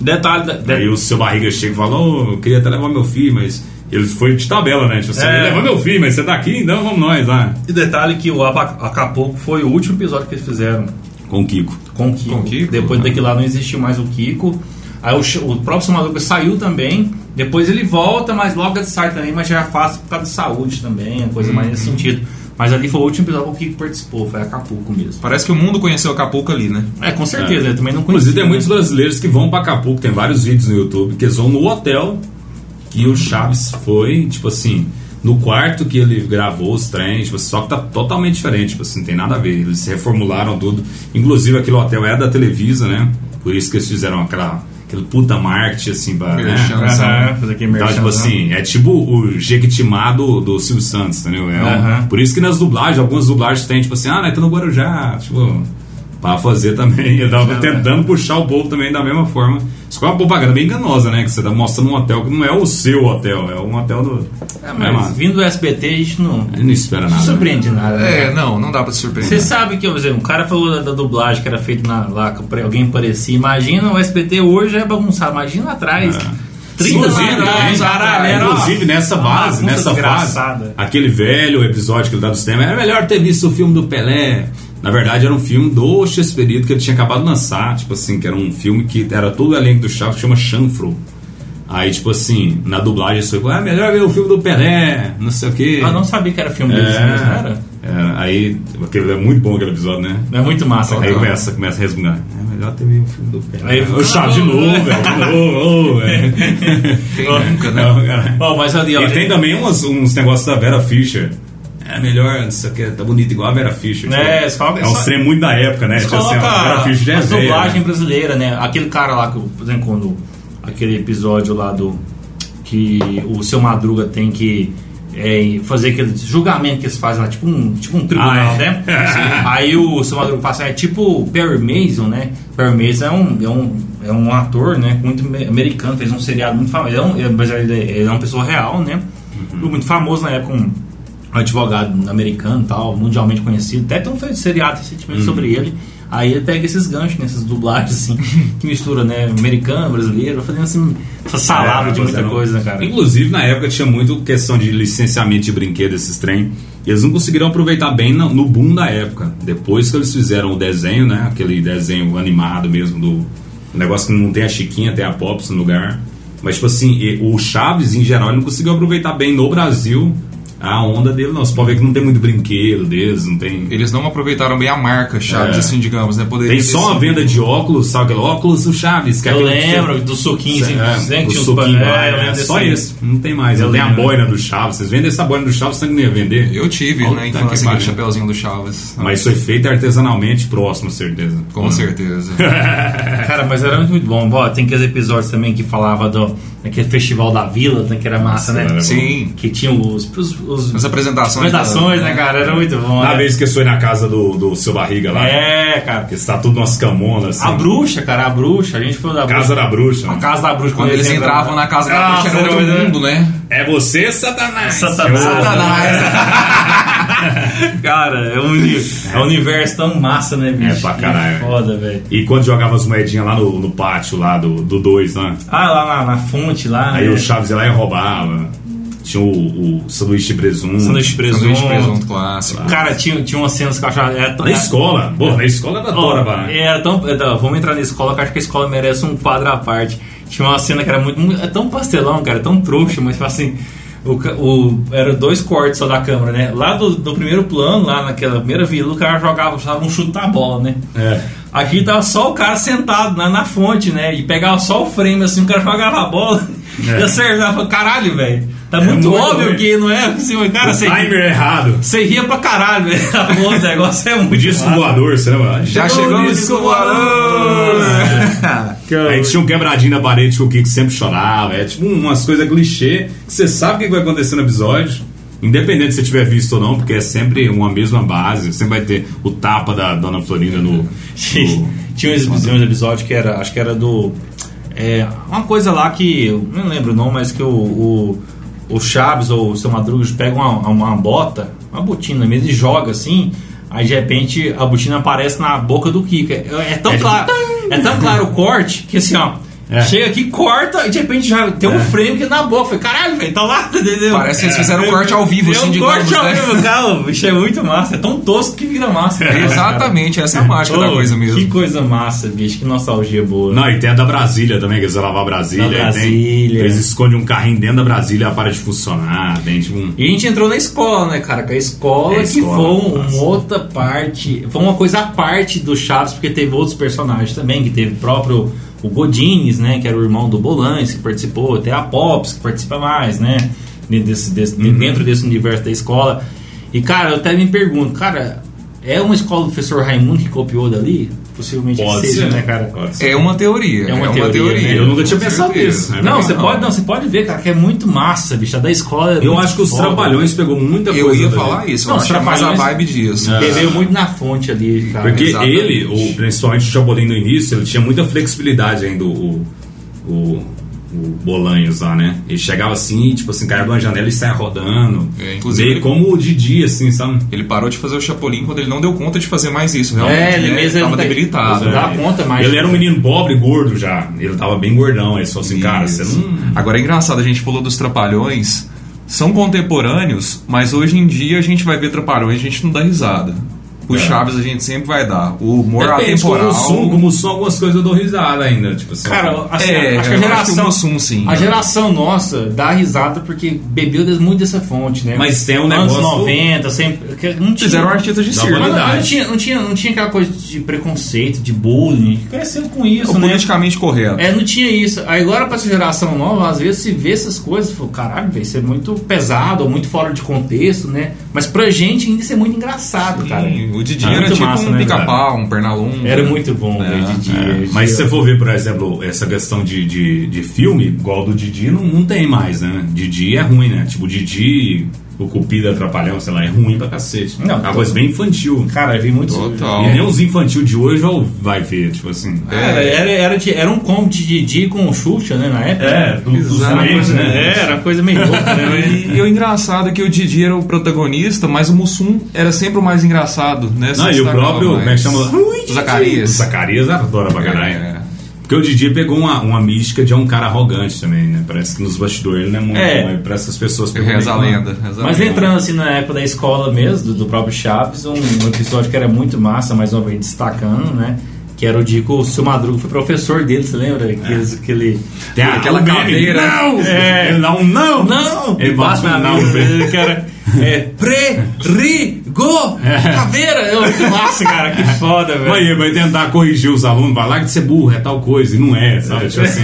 [SPEAKER 1] Detalhe, da- de-
[SPEAKER 2] Daí o seu barriga chega e fala, "Ô, eu queria até levar meu filho, mas. Ele foi de tabela, né? Tipo assim,
[SPEAKER 1] É.
[SPEAKER 2] levou meu filho, mas você tá aqui, então vamos nós lá.
[SPEAKER 1] e detalhe que o Apa- Acapulco foi o último episódio que eles fizeram
[SPEAKER 2] Com o Kiko.
[SPEAKER 1] com o Kiko.
[SPEAKER 3] Com o Kiko,
[SPEAKER 1] Depois
[SPEAKER 3] né?
[SPEAKER 1] daquele lá não existiu mais o Kiko. Aí o, Ch- o próprio Samadouca saiu também. Depois ele volta, mas logo ele sai também, mas já faz por causa de saúde também, é coisa mais nesse sentido. Mas ali foi o último episódio que o Kiko participou, foi Acapulco mesmo.
[SPEAKER 3] Parece que o mundo conheceu Acapulco ali, né?
[SPEAKER 1] É, com certeza, eu também não conhecia. né?
[SPEAKER 2] Inclusive, tem muitos brasileiros que vão pra Acapulco, tem vários vídeos no YouTube, que eles vão no hotel que o Chaves foi, tipo assim, no quarto que ele gravou os trens, tipo, só que tá totalmente diferente, tipo assim, não tem nada a ver. Eles reformularam tudo. Inclusive, aquele hotel é da Televisa, né? Por isso que eles fizeram aquela, aquele puta marketing, assim, pra, né?
[SPEAKER 3] Merchan.
[SPEAKER 1] Aham, Tá, fazer aquele
[SPEAKER 2] Então, tipo
[SPEAKER 1] merchanzão.
[SPEAKER 2] assim, é tipo o Jequitimá do, do Silvio Santos, entendeu? É um-
[SPEAKER 1] Aham.
[SPEAKER 2] Por isso que nas dublagens, algumas dublagens tem, tipo assim, ah, nós estamos no Guarujá, tipo, pra fazer também. Eu tava
[SPEAKER 1] né?
[SPEAKER 2] tentando puxar o povo também da mesma forma. Só que é uma propaganda bem enganosa, né? Que você tá mostrando um hotel que não é o seu hotel, é um hotel do.
[SPEAKER 1] É,
[SPEAKER 2] é,
[SPEAKER 1] mas
[SPEAKER 2] mano,
[SPEAKER 1] vindo do SBT, a gente não,
[SPEAKER 2] ele não espera
[SPEAKER 1] não
[SPEAKER 2] nada. né?
[SPEAKER 1] surpreende nada. né?
[SPEAKER 3] É, não, não dá pra se
[SPEAKER 1] Você
[SPEAKER 3] surpreender.
[SPEAKER 1] sabe que, por exemplo, um cara falou da, da dublagem que era feito na, lá, que alguém parecia. Imagina o SBT hoje é bagunçado, imagina lá atrás. 30 anos
[SPEAKER 2] Inclusive,
[SPEAKER 1] atrás,
[SPEAKER 2] né?
[SPEAKER 1] caralho, era uma-
[SPEAKER 2] Inclusive, né? nessa
[SPEAKER 1] uma bagunça
[SPEAKER 2] base, nessa fase,
[SPEAKER 1] Ah, desgraçada.
[SPEAKER 2] aquele velho episódio que ele dá do cinema, era melhor ter visto o filme do Pelé. Na verdade, era um filme do Chespirito que ele tinha acabado de lançar, tipo assim, que era um filme que era todo o elenco do Chaves, que chama Chanfro. Aí, tipo assim, na dublagem, você falou, ah, melhor ver o filme do Pelé, não sei o quê.
[SPEAKER 1] Eu Ah, não sabia que era filme deles mesmo, não
[SPEAKER 2] é,
[SPEAKER 1] era?
[SPEAKER 2] é, aí, aquele é muito bom aquele episódio, né?
[SPEAKER 1] É muito massa,
[SPEAKER 2] Aí
[SPEAKER 1] cara.
[SPEAKER 2] começa, começa a resmungar. É melhor ter visto o filme do Pelé.
[SPEAKER 1] Aí-
[SPEAKER 2] o Chaves de novo, velho. De novo, oh, é. ô, velho.
[SPEAKER 3] Quem nunca, né?
[SPEAKER 2] Não, cara.
[SPEAKER 1] Bom, mas ali, ó.
[SPEAKER 2] E tem também uns, uns negócios da Vera Fischer. É melhor, não sei o que, tá bonito igual a Vera Fischer.
[SPEAKER 1] É,
[SPEAKER 2] Tipo,
[SPEAKER 1] só coloca-
[SPEAKER 2] é um
[SPEAKER 1] só-
[SPEAKER 2] trem muito da época, né? Tipo assim,
[SPEAKER 1] coloca
[SPEAKER 2] a Vera Fischer já é
[SPEAKER 1] a
[SPEAKER 2] velha,
[SPEAKER 1] dublagem
[SPEAKER 2] né?
[SPEAKER 1] brasileira, né? Aquele cara lá que, por exemplo, quando aquele episódio lá do que o seu Madruga tem que é, fazer aquele julgamento que eles fazem lá, tipo um, tipo um tribunal,
[SPEAKER 2] Ah, é.
[SPEAKER 1] né?
[SPEAKER 2] É.
[SPEAKER 1] Sim. Aí o seu Madruga passa, é tipo o Perry Mason, né? Perry Mason é um, é um, é um ator, né? Muito me- americano, fez um seriado muito famoso, ele é um- é- mas ele é, ele é uma pessoa real, né?
[SPEAKER 2] Uhum.
[SPEAKER 1] Muito famoso na época, um advogado americano e tal, mundialmente conhecido. Até tem um fe- seriado
[SPEAKER 2] Uhum.
[SPEAKER 1] recentemente sobre ele. Aí ele pega esses ganchos, né, essas dublagens, assim, que mistura, né? Americano, brasileiro, vai fazendo assim, essa salada
[SPEAKER 2] É,
[SPEAKER 1] de muita
[SPEAKER 2] não-
[SPEAKER 1] coisa, né, cara.
[SPEAKER 2] Inclusive, na época tinha muito questão de licenciamento de brinquedo, esses trem. E eles não conseguiram aproveitar bem no, no boom da época. Depois que eles fizeram o desenho, né? Aquele desenho animado mesmo do. um negócio que não tem a Chiquinha, tem a Pops no lugar. Mas, tipo assim, e- o Chaves, em geral, ele não conseguiu aproveitar bem no Brasil a onda dele não. Você pode ver que não tem muito brinquedo deles, não tem.
[SPEAKER 3] Eles não aproveitaram bem a marca Chaves,
[SPEAKER 2] É.
[SPEAKER 3] assim, digamos, né? Poderia
[SPEAKER 2] Tem
[SPEAKER 3] ter
[SPEAKER 2] só uma
[SPEAKER 3] sido-
[SPEAKER 2] venda de óculos, sabe aquele óculos do Chaves? Que é
[SPEAKER 1] Eu
[SPEAKER 2] aquele que
[SPEAKER 1] lembro
[SPEAKER 2] você-
[SPEAKER 1] do soquinho, assim, né,
[SPEAKER 2] é,
[SPEAKER 1] que
[SPEAKER 2] o
[SPEAKER 1] tinha uns
[SPEAKER 2] suquinho,
[SPEAKER 1] pan- é, eu
[SPEAKER 2] é,
[SPEAKER 1] lembro
[SPEAKER 2] só
[SPEAKER 1] desse aí.
[SPEAKER 2] isso, não tem mais. Não tem a
[SPEAKER 1] lembro.
[SPEAKER 2] boina do Chaves. Vocês vendem essa boina do Chaves, você não ia vender.
[SPEAKER 3] Eu tive,
[SPEAKER 2] Puta
[SPEAKER 3] né?
[SPEAKER 2] que
[SPEAKER 3] Infância, aquele
[SPEAKER 2] pariu.
[SPEAKER 3] chapeuzinho do Chaves.
[SPEAKER 2] Mas foi feito artesanalmente próximo, certeza.
[SPEAKER 3] Com
[SPEAKER 2] Não.
[SPEAKER 3] certeza.
[SPEAKER 1] Cara, mas era muito bom. Bom, tem aqueles episódios também que falava do daquele festival da vila, né, que era massa,
[SPEAKER 2] Nossa,
[SPEAKER 1] né?
[SPEAKER 2] era bom.
[SPEAKER 3] Sim.
[SPEAKER 1] Que tinha os, os, os
[SPEAKER 3] As apresentações.
[SPEAKER 1] apresentações,
[SPEAKER 3] da-
[SPEAKER 1] né, cara? Era muito bom.
[SPEAKER 2] Na
[SPEAKER 1] né?
[SPEAKER 2] vez que eu fui na casa do, do seu barriga lá,
[SPEAKER 1] É, cara.
[SPEAKER 2] que está tudo umas camonas.
[SPEAKER 1] A
[SPEAKER 2] Assim,
[SPEAKER 1] bruxa, cara, a bruxa. A gente foi da
[SPEAKER 2] Casa da bruxa.
[SPEAKER 1] A
[SPEAKER 2] né?
[SPEAKER 1] casa da bruxa.
[SPEAKER 3] Quando eles entravam na casa da bruxa, era outro mundo, né?
[SPEAKER 2] Ah, É você, Satanás.
[SPEAKER 1] Satanás.
[SPEAKER 2] Eu-
[SPEAKER 3] Satanás.
[SPEAKER 1] Cara, é um, uni- é um universo tão massa, né, bicho?
[SPEAKER 2] É pra
[SPEAKER 1] Que
[SPEAKER 2] caralho.
[SPEAKER 1] Foda, velho.
[SPEAKER 2] E quando jogava as moedinhas lá no, no pátio lá do 2, do dois, né?
[SPEAKER 1] Ah, lá na, na fonte, lá.
[SPEAKER 2] Aí
[SPEAKER 1] né?
[SPEAKER 2] o Chaves ia lá e roubava. Tinha o, o sanduíche de presunto.
[SPEAKER 1] Sanduíche de
[SPEAKER 3] Sanduíche
[SPEAKER 1] presunto.
[SPEAKER 3] de presunto clássico.
[SPEAKER 1] um. Cara, tinha, tinha umas cenas que eu achava. Era, tão-
[SPEAKER 2] Na escola. Pô, na escola era
[SPEAKER 1] né? Ó,
[SPEAKER 2] tora, barra.
[SPEAKER 1] era tão, é, tá, vamos entrar na escola, que eu acho que a escola merece um quadro à parte. Tinha uma cena que era muito. muito- é tão pastelão, cara, tão trouxa, mas tipo assim. O, ca- o, era dois cortes só da câmera, né? Lá do, do primeiro plano, lá naquela primeira vila, o cara jogava, jogava um chute na bola, né?
[SPEAKER 2] É.
[SPEAKER 1] Aqui tava só o cara sentado na, na fonte, né? E pegava só o frame, assim, o cara jogava a bola
[SPEAKER 2] É.
[SPEAKER 1] e acertava. Caralho, velho. Tá muito,
[SPEAKER 2] muito
[SPEAKER 1] óbvio
[SPEAKER 2] ruim.
[SPEAKER 1] que não é? Assim, cara,
[SPEAKER 2] O
[SPEAKER 1] você,
[SPEAKER 2] timer é errado.
[SPEAKER 1] você ria pra caralho, velho. Tá bom, O negócio é
[SPEAKER 2] O
[SPEAKER 1] muito
[SPEAKER 2] disco voador, você lembra?
[SPEAKER 3] Já chegou o disco voador.
[SPEAKER 2] A gente tinha um quebradinho na parede que o Kiko sempre chorava. É tipo umas coisas clichê que você sabe o que vai acontecer no episódio. Independente se você tiver visto ou não, porque é sempre uma mesma base. Sempre vai ter o tapa da Dona Florinda no.
[SPEAKER 1] Tinha-
[SPEAKER 2] no-
[SPEAKER 1] Tinha uns episódios, uns episódios que era, acho que era do. é, uma coisa lá que. eu Não lembro não, mas que o, o, o Chaves ou o seu Madrugas pega uma, uma bota, uma botina mesmo, e joga assim. Aí de repente a botina aparece na boca do Kika. É, é tão
[SPEAKER 2] É,
[SPEAKER 1] claro. É tão claro o corte que assim, ó.
[SPEAKER 2] É.
[SPEAKER 1] Chega aqui, corta e de repente já tem um frame que é na boca. Eu Falei, caralho, velho, tá lá, entendeu?
[SPEAKER 3] Parece que eles fizeram um corte ao vivo,
[SPEAKER 1] é
[SPEAKER 3] assim,
[SPEAKER 1] um
[SPEAKER 3] digamos,
[SPEAKER 1] corte ao
[SPEAKER 3] né?
[SPEAKER 1] vivo, cara. Bicho, é muito massa. É tão tosco que vira massa. cara.
[SPEAKER 3] Exatamente, essa é a mágica da
[SPEAKER 1] Ô,
[SPEAKER 3] coisa
[SPEAKER 1] Que
[SPEAKER 3] mesmo.
[SPEAKER 1] coisa massa, bicho. Que nostalgia boa.
[SPEAKER 2] Não, e tem a da Brasília também, que eles vão lavar a Brasília.
[SPEAKER 1] Da
[SPEAKER 2] e tem-
[SPEAKER 1] Brasília.
[SPEAKER 2] eles escondem um carrinho dentro da Brasília ela para de funcionar. Tem tipo um.
[SPEAKER 1] E a gente entrou na escola, né, cara? Que a escola,
[SPEAKER 2] É, escola,
[SPEAKER 1] que foi um-
[SPEAKER 2] massa.
[SPEAKER 1] uma outra parte. Foi uma coisa à parte do Chaves, porque teve outros personagens também, que teve o próprio o Godines, né? Que era o irmão do Bolanes, que participou, até a Pops, que participa mais, né? Dentro desse, desse- dentro desse universo da escola. E, cara, eu até me pergunto, cara, é uma escola do professor Raimundo que copiou dali? Possivelmente que seja, né, cara?
[SPEAKER 2] Pode ser.
[SPEAKER 3] É uma teoria.
[SPEAKER 1] É uma teoria, né?
[SPEAKER 2] Eu nunca tinha
[SPEAKER 3] com
[SPEAKER 2] pensado
[SPEAKER 3] certeza. É
[SPEAKER 2] nisso, né?
[SPEAKER 1] Não, você pode, não, você pode ver, cara, que é muito massa, bicho. A da escola. é
[SPEAKER 2] Eu
[SPEAKER 1] muito
[SPEAKER 2] acho que os
[SPEAKER 1] foda.
[SPEAKER 2] trapalhões pegou muita
[SPEAKER 3] Eu
[SPEAKER 2] coisa.
[SPEAKER 3] ia
[SPEAKER 2] dali.
[SPEAKER 3] falar isso, eu
[SPEAKER 1] Não,
[SPEAKER 3] acho que é mais a
[SPEAKER 1] Trapalhões-
[SPEAKER 3] vibe disso.
[SPEAKER 1] Bebeu É. muito na fonte ali, cara.
[SPEAKER 2] Porque
[SPEAKER 3] Exatamente.
[SPEAKER 2] ele, o, principalmente o Chapolin no início, ele tinha muita flexibilidade ainda, o, o, o, o Bolanhos lá, né? Ele chegava assim, tipo assim, caia de uma janela e saia rodando.
[SPEAKER 3] É, inclusive
[SPEAKER 2] Meio
[SPEAKER 3] ele-
[SPEAKER 2] como o Didi, assim, sabe?
[SPEAKER 3] Ele parou de fazer o Chapolin quando ele não deu conta de fazer mais isso, realmente.
[SPEAKER 1] É, ele
[SPEAKER 3] né?
[SPEAKER 1] mesmo
[SPEAKER 3] tava
[SPEAKER 1] não tá-
[SPEAKER 3] debilitado. né?
[SPEAKER 1] Não dá
[SPEAKER 2] É.
[SPEAKER 1] conta mais.
[SPEAKER 2] Ele era um menino pobre e gordo já. Ele tava bem gordão. Aí só assim, cara, você
[SPEAKER 3] Isso.
[SPEAKER 2] não.
[SPEAKER 3] Agora é engraçado, a gente falou dos Trapalhões. São contemporâneos, mas hoje em dia a gente vai ver Trapalhões e a gente não dá risada. O
[SPEAKER 2] É.
[SPEAKER 3] Chaves a gente sempre vai dar. O humor
[SPEAKER 2] Depende, como
[SPEAKER 3] atemporal...
[SPEAKER 2] o som, como o som, algumas coisas eu dou risada ainda. Tipo assim,
[SPEAKER 1] Cara, assim, acho que a
[SPEAKER 3] É, eu acho
[SPEAKER 1] geração.
[SPEAKER 3] que o Mussum, sim.
[SPEAKER 1] A geração nossa dá risada porque bebeu des- muito dessa fonte, né?
[SPEAKER 2] Mas tem um
[SPEAKER 1] Anos
[SPEAKER 2] negócio-
[SPEAKER 1] 90, sempre. que Não tinha,
[SPEAKER 3] Fizeram artistas de
[SPEAKER 2] Dá
[SPEAKER 3] circo.
[SPEAKER 1] Mas
[SPEAKER 2] uma
[SPEAKER 1] não, mas não,
[SPEAKER 2] verdade.
[SPEAKER 1] tinha, não, tinha, não tinha aquela coisa de preconceito, de bullying. Cresceu com
[SPEAKER 3] O
[SPEAKER 1] isso, né?
[SPEAKER 3] politicamente correto.
[SPEAKER 1] É, não tinha isso. Aí Agora, pra essa geração nova, às vezes se vê essas coisas, fala, caralho, velho, isso é muito pesado, ou muito fora de contexto, né? Mas pra gente ainda isso é muito engraçado, cara.
[SPEAKER 3] E O Didi
[SPEAKER 1] Ah,
[SPEAKER 3] era
[SPEAKER 1] muito
[SPEAKER 3] tipo
[SPEAKER 1] massa,
[SPEAKER 3] um
[SPEAKER 1] né,
[SPEAKER 3] pica-pau, um pernalongo.
[SPEAKER 1] Era muito bom, velho, Didi.
[SPEAKER 2] É,
[SPEAKER 1] Didi,
[SPEAKER 2] mas se
[SPEAKER 1] eu-
[SPEAKER 2] você for ver, por exemplo, essa questão de, de, de filme, igual do Didi, não, não tem mais, né? Didi é ruim, né? Tipo, Didi, o Cupido Atrapalhão, sei lá, é ruim pra cacete.
[SPEAKER 1] Não,
[SPEAKER 2] é uma
[SPEAKER 1] tô-
[SPEAKER 2] coisa bem infantil.
[SPEAKER 1] Cara, eu vi muito.
[SPEAKER 3] Total.
[SPEAKER 2] E nem os infantil de hoje vai- vai ver, tipo assim.
[SPEAKER 3] É,
[SPEAKER 1] Cara, era, era, de- era um combo de Didi com o Xuxa, né, na época.
[SPEAKER 2] É, do, dos
[SPEAKER 3] Exatamente,
[SPEAKER 2] memes, né?
[SPEAKER 1] É, era uma coisa meio louca, né? mas-
[SPEAKER 3] E, e o engraçado é que o Didi era o protagonista, mas o Mussum era sempre o mais engraçado, né? Se
[SPEAKER 2] Não, e o
[SPEAKER 3] destacava
[SPEAKER 2] próprio, como é que
[SPEAKER 3] mais.
[SPEAKER 2] chama?
[SPEAKER 3] O Zacarias.
[SPEAKER 2] O Zacarias adora pra caralho.
[SPEAKER 3] É.
[SPEAKER 2] Porque o Didi pegou uma, uma mística de um cara arrogante também, né? Parece que nos bastidores ele não é muito.
[SPEAKER 1] É.
[SPEAKER 2] mas Parece que as pessoas pegam
[SPEAKER 3] Reza a
[SPEAKER 2] meio que uma-
[SPEAKER 3] lenda. reza a
[SPEAKER 1] Mas
[SPEAKER 3] lenda.
[SPEAKER 1] entrando assim na época da escola mesmo, do, do próprio Chaves, um, um episódio que era muito massa, mais uma vez destacando, né? Que era o dia que o seu Madruga foi professor dele, você
[SPEAKER 2] É.
[SPEAKER 1] lembra? Aqueles, Aquele.
[SPEAKER 2] Tem a-
[SPEAKER 3] Aquela
[SPEAKER 2] o meme,
[SPEAKER 3] cadeira.
[SPEAKER 2] Não!
[SPEAKER 1] É.
[SPEAKER 2] Ele dá um não!
[SPEAKER 1] Não!
[SPEAKER 2] Ele bate
[SPEAKER 1] na
[SPEAKER 2] um não,
[SPEAKER 1] mesa,
[SPEAKER 2] velho.
[SPEAKER 1] cara. É pre-ri-go! Caveira! Eu, nossa, cara, que foda, velho.
[SPEAKER 2] Vai, vai tentar corrigir os alunos, vai lá que você é burro, é tal coisa, e não é, sabe? Tipo assim.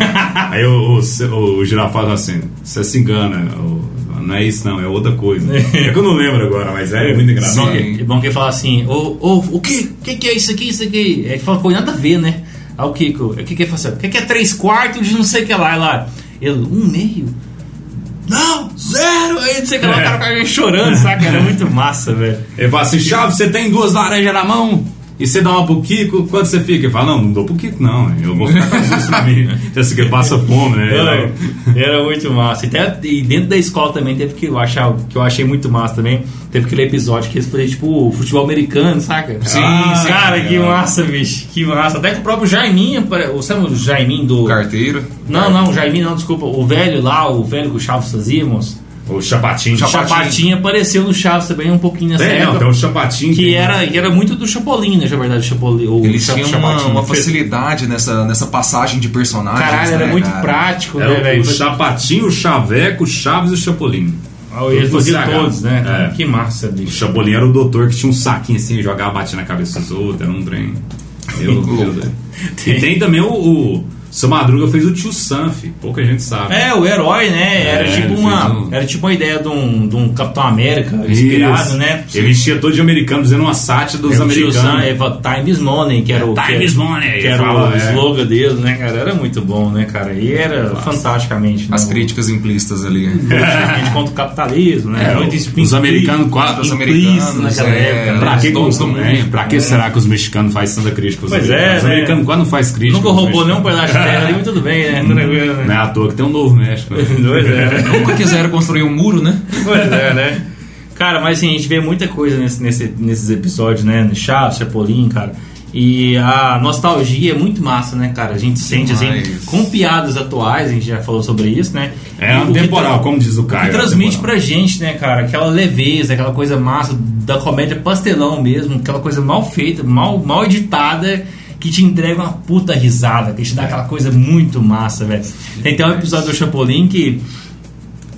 [SPEAKER 2] Aí o, o, o girafa fala assim: você se engana, o- não é isso não, é outra coisa. É que eu não lembro agora, mas é muito engraçado.
[SPEAKER 1] Não, é bom que ele fala assim, ô, ô, o que? O que, que é isso aqui, isso aqui? Aí ele fala, pô, nada a ver, né? Aí o Kiko, o que que é fazer? O que que é três quartos de não sei o que lá? E lá, ele, um meio? Não, zero! Aí não sei o que lá, o cara com a gente chorando, saca? Era muito massa, velho.
[SPEAKER 2] Ele fala assim, Chaves, você tem duas laranjas na mão? E você dá uma pro Kiko, quando você fica? Ele fala, não, não dou pro Kiko, não. Eu vou ficar com as duas pra mim. Já sei que ele passa fome, né?
[SPEAKER 1] Era, era muito massa. E, até- e dentro da escola também teve que eu achar, que eu achei muito massa também. Teve aquele episódio que eles faziam tipo futebol americano, saca?
[SPEAKER 3] Sim, sim.
[SPEAKER 1] Cara, que
[SPEAKER 3] É.
[SPEAKER 1] massa, bicho. Que massa. Até que o próprio Jaiminho, apare- o- sabe o Jaiminho do.
[SPEAKER 3] O carteiro.
[SPEAKER 1] Não,
[SPEAKER 2] Né?
[SPEAKER 1] não, o Jaiminho não, desculpa. O velho lá, o velho que o Chaves fazia, moço.
[SPEAKER 2] O chapatinho.
[SPEAKER 1] O Chapatinho apareceu no Chaves também um pouquinho nessa
[SPEAKER 2] Tem, não,
[SPEAKER 1] época.
[SPEAKER 2] tem né? o chapatinho.
[SPEAKER 1] que
[SPEAKER 2] tem-
[SPEAKER 1] era, que era muito do Chapolin, né? Na verdade, o Chapolin. O
[SPEAKER 3] Eles
[SPEAKER 1] Cha-
[SPEAKER 3] tinham uma,
[SPEAKER 1] Chapatinho.
[SPEAKER 3] uma facilidade nessa, nessa passagem de personagens.
[SPEAKER 1] Caralho, era
[SPEAKER 3] né,
[SPEAKER 1] muito
[SPEAKER 3] cara?
[SPEAKER 1] prático, né,
[SPEAKER 2] Era
[SPEAKER 1] velho?
[SPEAKER 2] É o Chapatinho, o Chaveco, o Chaves e o Chapolin.
[SPEAKER 1] Ah, Eles
[SPEAKER 2] Todos
[SPEAKER 1] faziam
[SPEAKER 2] cagados.
[SPEAKER 1] todos, né? cara?
[SPEAKER 2] É.
[SPEAKER 1] Que massa, bicho.
[SPEAKER 2] O Chapolin era o doutor que tinha um saquinho assim, jogava, batia na cabeça dos outros, era um trem. Meu Deus. E tem também o, o Seu Madruga fez o tio Sam, fi. pouca gente sabe.
[SPEAKER 1] É, o herói, né? Era,
[SPEAKER 2] É,
[SPEAKER 1] tipo
[SPEAKER 2] ele
[SPEAKER 1] uma,
[SPEAKER 2] fez um-
[SPEAKER 1] era tipo uma ideia de um, de um Capitão América inspirado,
[SPEAKER 2] Isso.
[SPEAKER 1] né?
[SPEAKER 2] Ele enchia todo de americano, dizendo uma sátira dos
[SPEAKER 1] Era o tio
[SPEAKER 2] americanos.
[SPEAKER 1] Sam, Eva Time is Money, que era o,
[SPEAKER 2] É, Time
[SPEAKER 1] que era-
[SPEAKER 2] is money,
[SPEAKER 1] que
[SPEAKER 2] ele
[SPEAKER 1] era o
[SPEAKER 2] fala, é.
[SPEAKER 1] slogan dele, né, cara? Era muito bom, né, cara? E era fantasticamente.
[SPEAKER 3] As
[SPEAKER 1] né?
[SPEAKER 3] críticas implícitas ali.
[SPEAKER 1] Uhum. Principalmente contra o capitalismo, né?
[SPEAKER 2] É,
[SPEAKER 1] Muito
[SPEAKER 2] os
[SPEAKER 1] impli-
[SPEAKER 2] americanos quase- os
[SPEAKER 1] implícito
[SPEAKER 3] americanos,
[SPEAKER 1] naquela
[SPEAKER 3] é,
[SPEAKER 1] época. né?
[SPEAKER 2] Pra que, que
[SPEAKER 3] Todos
[SPEAKER 2] os-
[SPEAKER 3] também.
[SPEAKER 2] pra que será que os mexicanos fazem tanta crítica? aos
[SPEAKER 1] Pois é,
[SPEAKER 2] americanos? Os
[SPEAKER 1] né?
[SPEAKER 2] americanos quase não faz crítica.
[SPEAKER 1] Nunca
[SPEAKER 2] aos
[SPEAKER 1] roubou nenhum
[SPEAKER 2] mexicanos.
[SPEAKER 1] pedaço de terra ali, mas tudo bem, né? Tranquilo,
[SPEAKER 2] Não
[SPEAKER 1] né?
[SPEAKER 2] é à toa que tem um novo México. né?
[SPEAKER 1] Pois é.
[SPEAKER 3] Nunca quiseram construir um muro, né?
[SPEAKER 1] Pois é, né? Cara, mas assim, a gente vê muita coisa nesse, nesse- nesses episódios, né? No Chaves, Chapolin, cara. E a nostalgia é muito massa, né, cara? A gente sente, assim,
[SPEAKER 3] Demais.
[SPEAKER 1] com piadas atuais, a gente já falou sobre isso, né?
[SPEAKER 2] É
[SPEAKER 1] E o que
[SPEAKER 2] temporal,
[SPEAKER 1] tra-
[SPEAKER 2] como diz o
[SPEAKER 1] o que
[SPEAKER 2] Caio. é
[SPEAKER 1] transmite
[SPEAKER 2] atemporal.
[SPEAKER 1] pra gente, né, cara? Aquela leveza, aquela coisa massa da comédia pastelão mesmo, aquela coisa mal feita, mal, mal editada, que te entrega uma puta risada, que te dá aquela coisa muito massa, velho. Tem até um episódio do Chapolin que.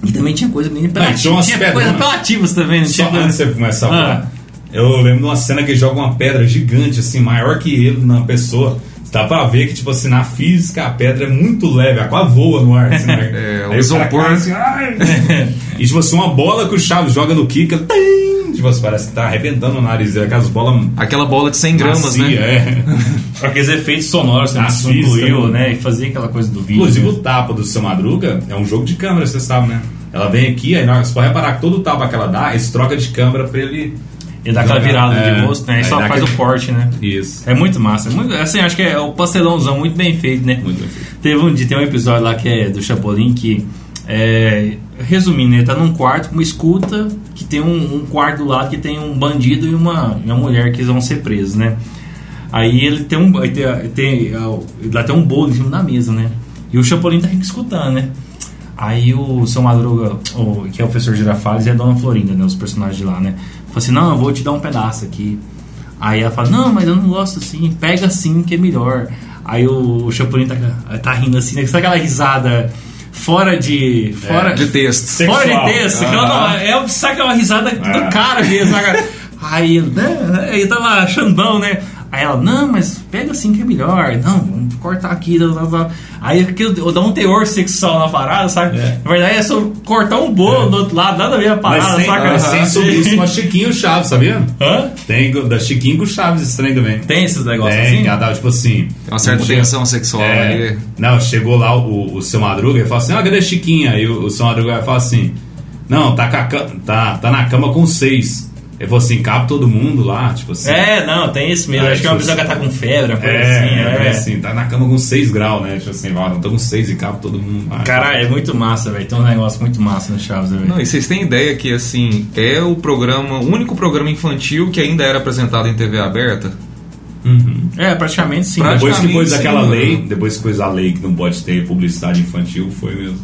[SPEAKER 1] E também tinha coisa meio
[SPEAKER 2] Não, tinha
[SPEAKER 1] apelativa.
[SPEAKER 2] umas
[SPEAKER 1] Tinha
[SPEAKER 2] pedras,
[SPEAKER 1] coisas
[SPEAKER 2] né?
[SPEAKER 1] apelativas também, não
[SPEAKER 2] Só
[SPEAKER 1] tinha?
[SPEAKER 2] antes de você começar a
[SPEAKER 1] Ah.
[SPEAKER 2] falar, eu lembro de uma cena que ele joga uma pedra gigante, assim, maior que ele na pessoa. Dá pra ver que, tipo assim, na física a pedra é muito leve, ela quase voa no ar. Assim, né?
[SPEAKER 3] É, o
[SPEAKER 2] Aí cara
[SPEAKER 3] isopor.
[SPEAKER 2] cai assim, ai. E tipo assim, uma bola que o Chaves joga no Kika, tem! Tipo assim, parece que tá arrebentando o nariz dele, aquelas bolas
[SPEAKER 3] Aquela bola de 100 gramas, né?
[SPEAKER 2] macias, é.
[SPEAKER 1] Aqueles efeitos sonoros que
[SPEAKER 2] Ah,
[SPEAKER 1] você
[SPEAKER 2] sim,
[SPEAKER 1] incluiu,
[SPEAKER 2] também.
[SPEAKER 1] né? E fazia aquela coisa do vídeo.
[SPEAKER 2] Inclusive
[SPEAKER 1] né?
[SPEAKER 2] o tapa do seu Madruga é um jogo de câmera, você sabe, né? Ela vem aqui, aí na hora que você pode reparar que todo tapa que ela dá, eles troca de câmera pra ele.
[SPEAKER 1] E dá aquela virada de
[SPEAKER 2] É.
[SPEAKER 1] rosto, né? E
[SPEAKER 2] Aí
[SPEAKER 1] só
[SPEAKER 2] dá
[SPEAKER 1] faz
[SPEAKER 2] aquele-
[SPEAKER 1] o corte, né?
[SPEAKER 2] Isso.
[SPEAKER 1] É muito massa. é muito- assim, acho que é o pastelãozão muito bem feito, né?
[SPEAKER 2] Muito bem feito.
[SPEAKER 1] Teve um, dia- tem um episódio lá que é do Chapolin que. é, resumindo, ele tá num quarto com uma escuta que tem um, um quarto do lado que tem um bandido e uma, e uma mulher que vão ser presos, né? Aí ele tem um. aí Tem, tem, lá tem um bolo em cima da mesa, né? E o Chapolin tá escutando, né? Aí o seu Madruga, o- que é o professor Girafales, e a dona Florinda, né? Os personagens de lá, né? Falou assim: não, eu vou te dar um pedaço aqui. Aí ela fala: não, mas eu não gosto assim, pega assim que é melhor. Aí o, o Chapolin tá, tá rindo assim, né? Sabe aquela risada fora de. Fora,
[SPEAKER 3] É, né? De texto.
[SPEAKER 2] Sexual.
[SPEAKER 1] Fora de texto, que ela não, é, o- saca, é uma risada do
[SPEAKER 2] Ah.
[SPEAKER 1] cara mesmo, saca? Aí, né, aí tava Xandão, né? Aí ela, não, mas pega assim que é melhor. Não, vamos cortar aqui. Tá, tá, tá. Aí aquilo dá um teor sexual na parada, saca?
[SPEAKER 2] É.
[SPEAKER 1] Na verdade é só cortar um bolo do outro lado, nada a ver a
[SPEAKER 2] Mas
[SPEAKER 1] parada,
[SPEAKER 2] sem,
[SPEAKER 1] saca?
[SPEAKER 2] mas sem subir isso com a Chiquinho e o Chaves, sabia?
[SPEAKER 1] Hã?
[SPEAKER 2] Tem go- da Chiquinho com o Chaves estranho também.
[SPEAKER 1] Tem esses negócios
[SPEAKER 2] Tem,
[SPEAKER 1] assim?
[SPEAKER 2] ela tava tipo assim.
[SPEAKER 3] Uma certa
[SPEAKER 2] chega-
[SPEAKER 3] tensão sexual
[SPEAKER 2] É,
[SPEAKER 3] ali.
[SPEAKER 2] não, chegou lá o, o seu Madruga e falou assim: Ah, cadê a Chiquinha? Aí o, o seu Madruga vai falar assim: Não, tá, com a ca- tá, tá na cama com seis. Ele falou assim: Cabe todo mundo lá, tipo assim.
[SPEAKER 1] É, não, tem esse mesmo.
[SPEAKER 2] Ah,
[SPEAKER 1] Acho que é uma
[SPEAKER 2] isso-
[SPEAKER 1] pessoa que tá com febre, uma coisa assim.
[SPEAKER 2] É, é,
[SPEAKER 1] é.
[SPEAKER 2] assim, tá na cama com 6 graus, né? Tipo assim, ó, não tô com 6 e cabe todo mundo. lá.
[SPEAKER 1] Caralho, é muito massa, velho. Tem um negócio muito massa no Chaves, velho.
[SPEAKER 3] Não, e vocês têm ideia que, assim, é o programa, o único programa infantil que ainda era apresentado em TV aberta?
[SPEAKER 2] Uhum.
[SPEAKER 1] É, praticamente sim.
[SPEAKER 3] Pra-
[SPEAKER 2] Depois que pôs
[SPEAKER 3] Praticamente,
[SPEAKER 2] aquela
[SPEAKER 3] sim,
[SPEAKER 2] lei,
[SPEAKER 3] mano.
[SPEAKER 2] depois que pôs a lei que não pode ter publicidade infantil, foi mesmo.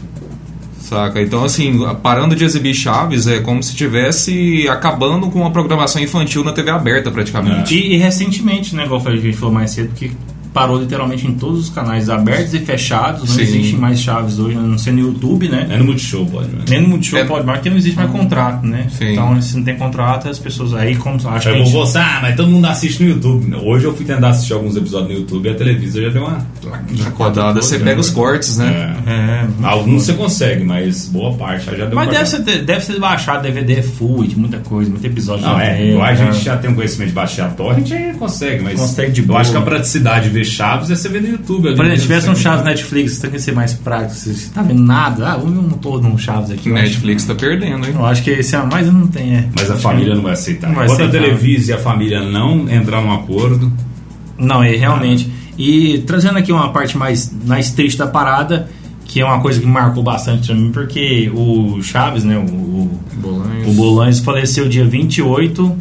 [SPEAKER 3] Saca? Então, assim, parando de exibir Chaves é como se tivesse acabando com a programação infantil na TV aberta, praticamente.
[SPEAKER 1] E, e recentemente, né, igual eu falei que a gente falou mais cedo, que parou literalmente em todos os canais abertos e fechados. Não
[SPEAKER 3] Sim.
[SPEAKER 1] existe mais Chaves hoje, a não ser no YouTube, né?
[SPEAKER 2] É no Multishow, pode, né?
[SPEAKER 1] Nem no Multishow
[SPEAKER 3] É.
[SPEAKER 1] pode mais, porque não existe
[SPEAKER 2] Uhum.
[SPEAKER 1] mais contrato, né?
[SPEAKER 3] Sim.
[SPEAKER 1] Então, se não tem contrato, as pessoas aí, como acho que a
[SPEAKER 2] Eu
[SPEAKER 1] gente-
[SPEAKER 2] vou ah, mas todo mundo assiste no YouTube. Hoje eu fui tentar assistir alguns episódios no YouTube e a televisão já deu uma.
[SPEAKER 3] Acordada, você pega os cortes, né?
[SPEAKER 2] É.
[SPEAKER 1] Né? É,
[SPEAKER 2] Alguns você consegue, mas boa parte já deu
[SPEAKER 1] mas
[SPEAKER 2] uma.
[SPEAKER 1] deve ser, deve ser baixado DVD full, de muita coisa, muito episódio.
[SPEAKER 2] Não,
[SPEAKER 1] já
[SPEAKER 2] é,
[SPEAKER 1] tem,
[SPEAKER 2] igual a
[SPEAKER 1] né?
[SPEAKER 2] gente já tem um conhecimento baixatório, a gente consegue, mas.
[SPEAKER 1] Consegue de
[SPEAKER 2] eu
[SPEAKER 1] boa.
[SPEAKER 2] acho que a praticidade de ver Chaves é você ver no YouTube. ali
[SPEAKER 1] Por exemplo, se
[SPEAKER 2] mesmo,
[SPEAKER 1] tivesse um
[SPEAKER 2] sabe?
[SPEAKER 1] Chaves Netflix, tem que ser mais prático. Você tá vendo nada? Ah, vamos ver um todo um Chaves aqui. eu acho.
[SPEAKER 3] Netflix tá perdendo, hein?
[SPEAKER 1] Eu acho que esse é a mais não tem, é.
[SPEAKER 2] Mas a família não vai aceitar.
[SPEAKER 1] Não vai
[SPEAKER 2] Quando a
[SPEAKER 1] aceitar.
[SPEAKER 2] Televisa e a família não entrar num acordo,
[SPEAKER 1] Não, é realmente. E trazendo aqui uma parte mais, mais triste da parada, que é uma coisa que marcou bastante pra mim, porque o Chaves, né, o, o, é
[SPEAKER 3] Bolanhos.
[SPEAKER 1] o Bolanes faleceu dia 28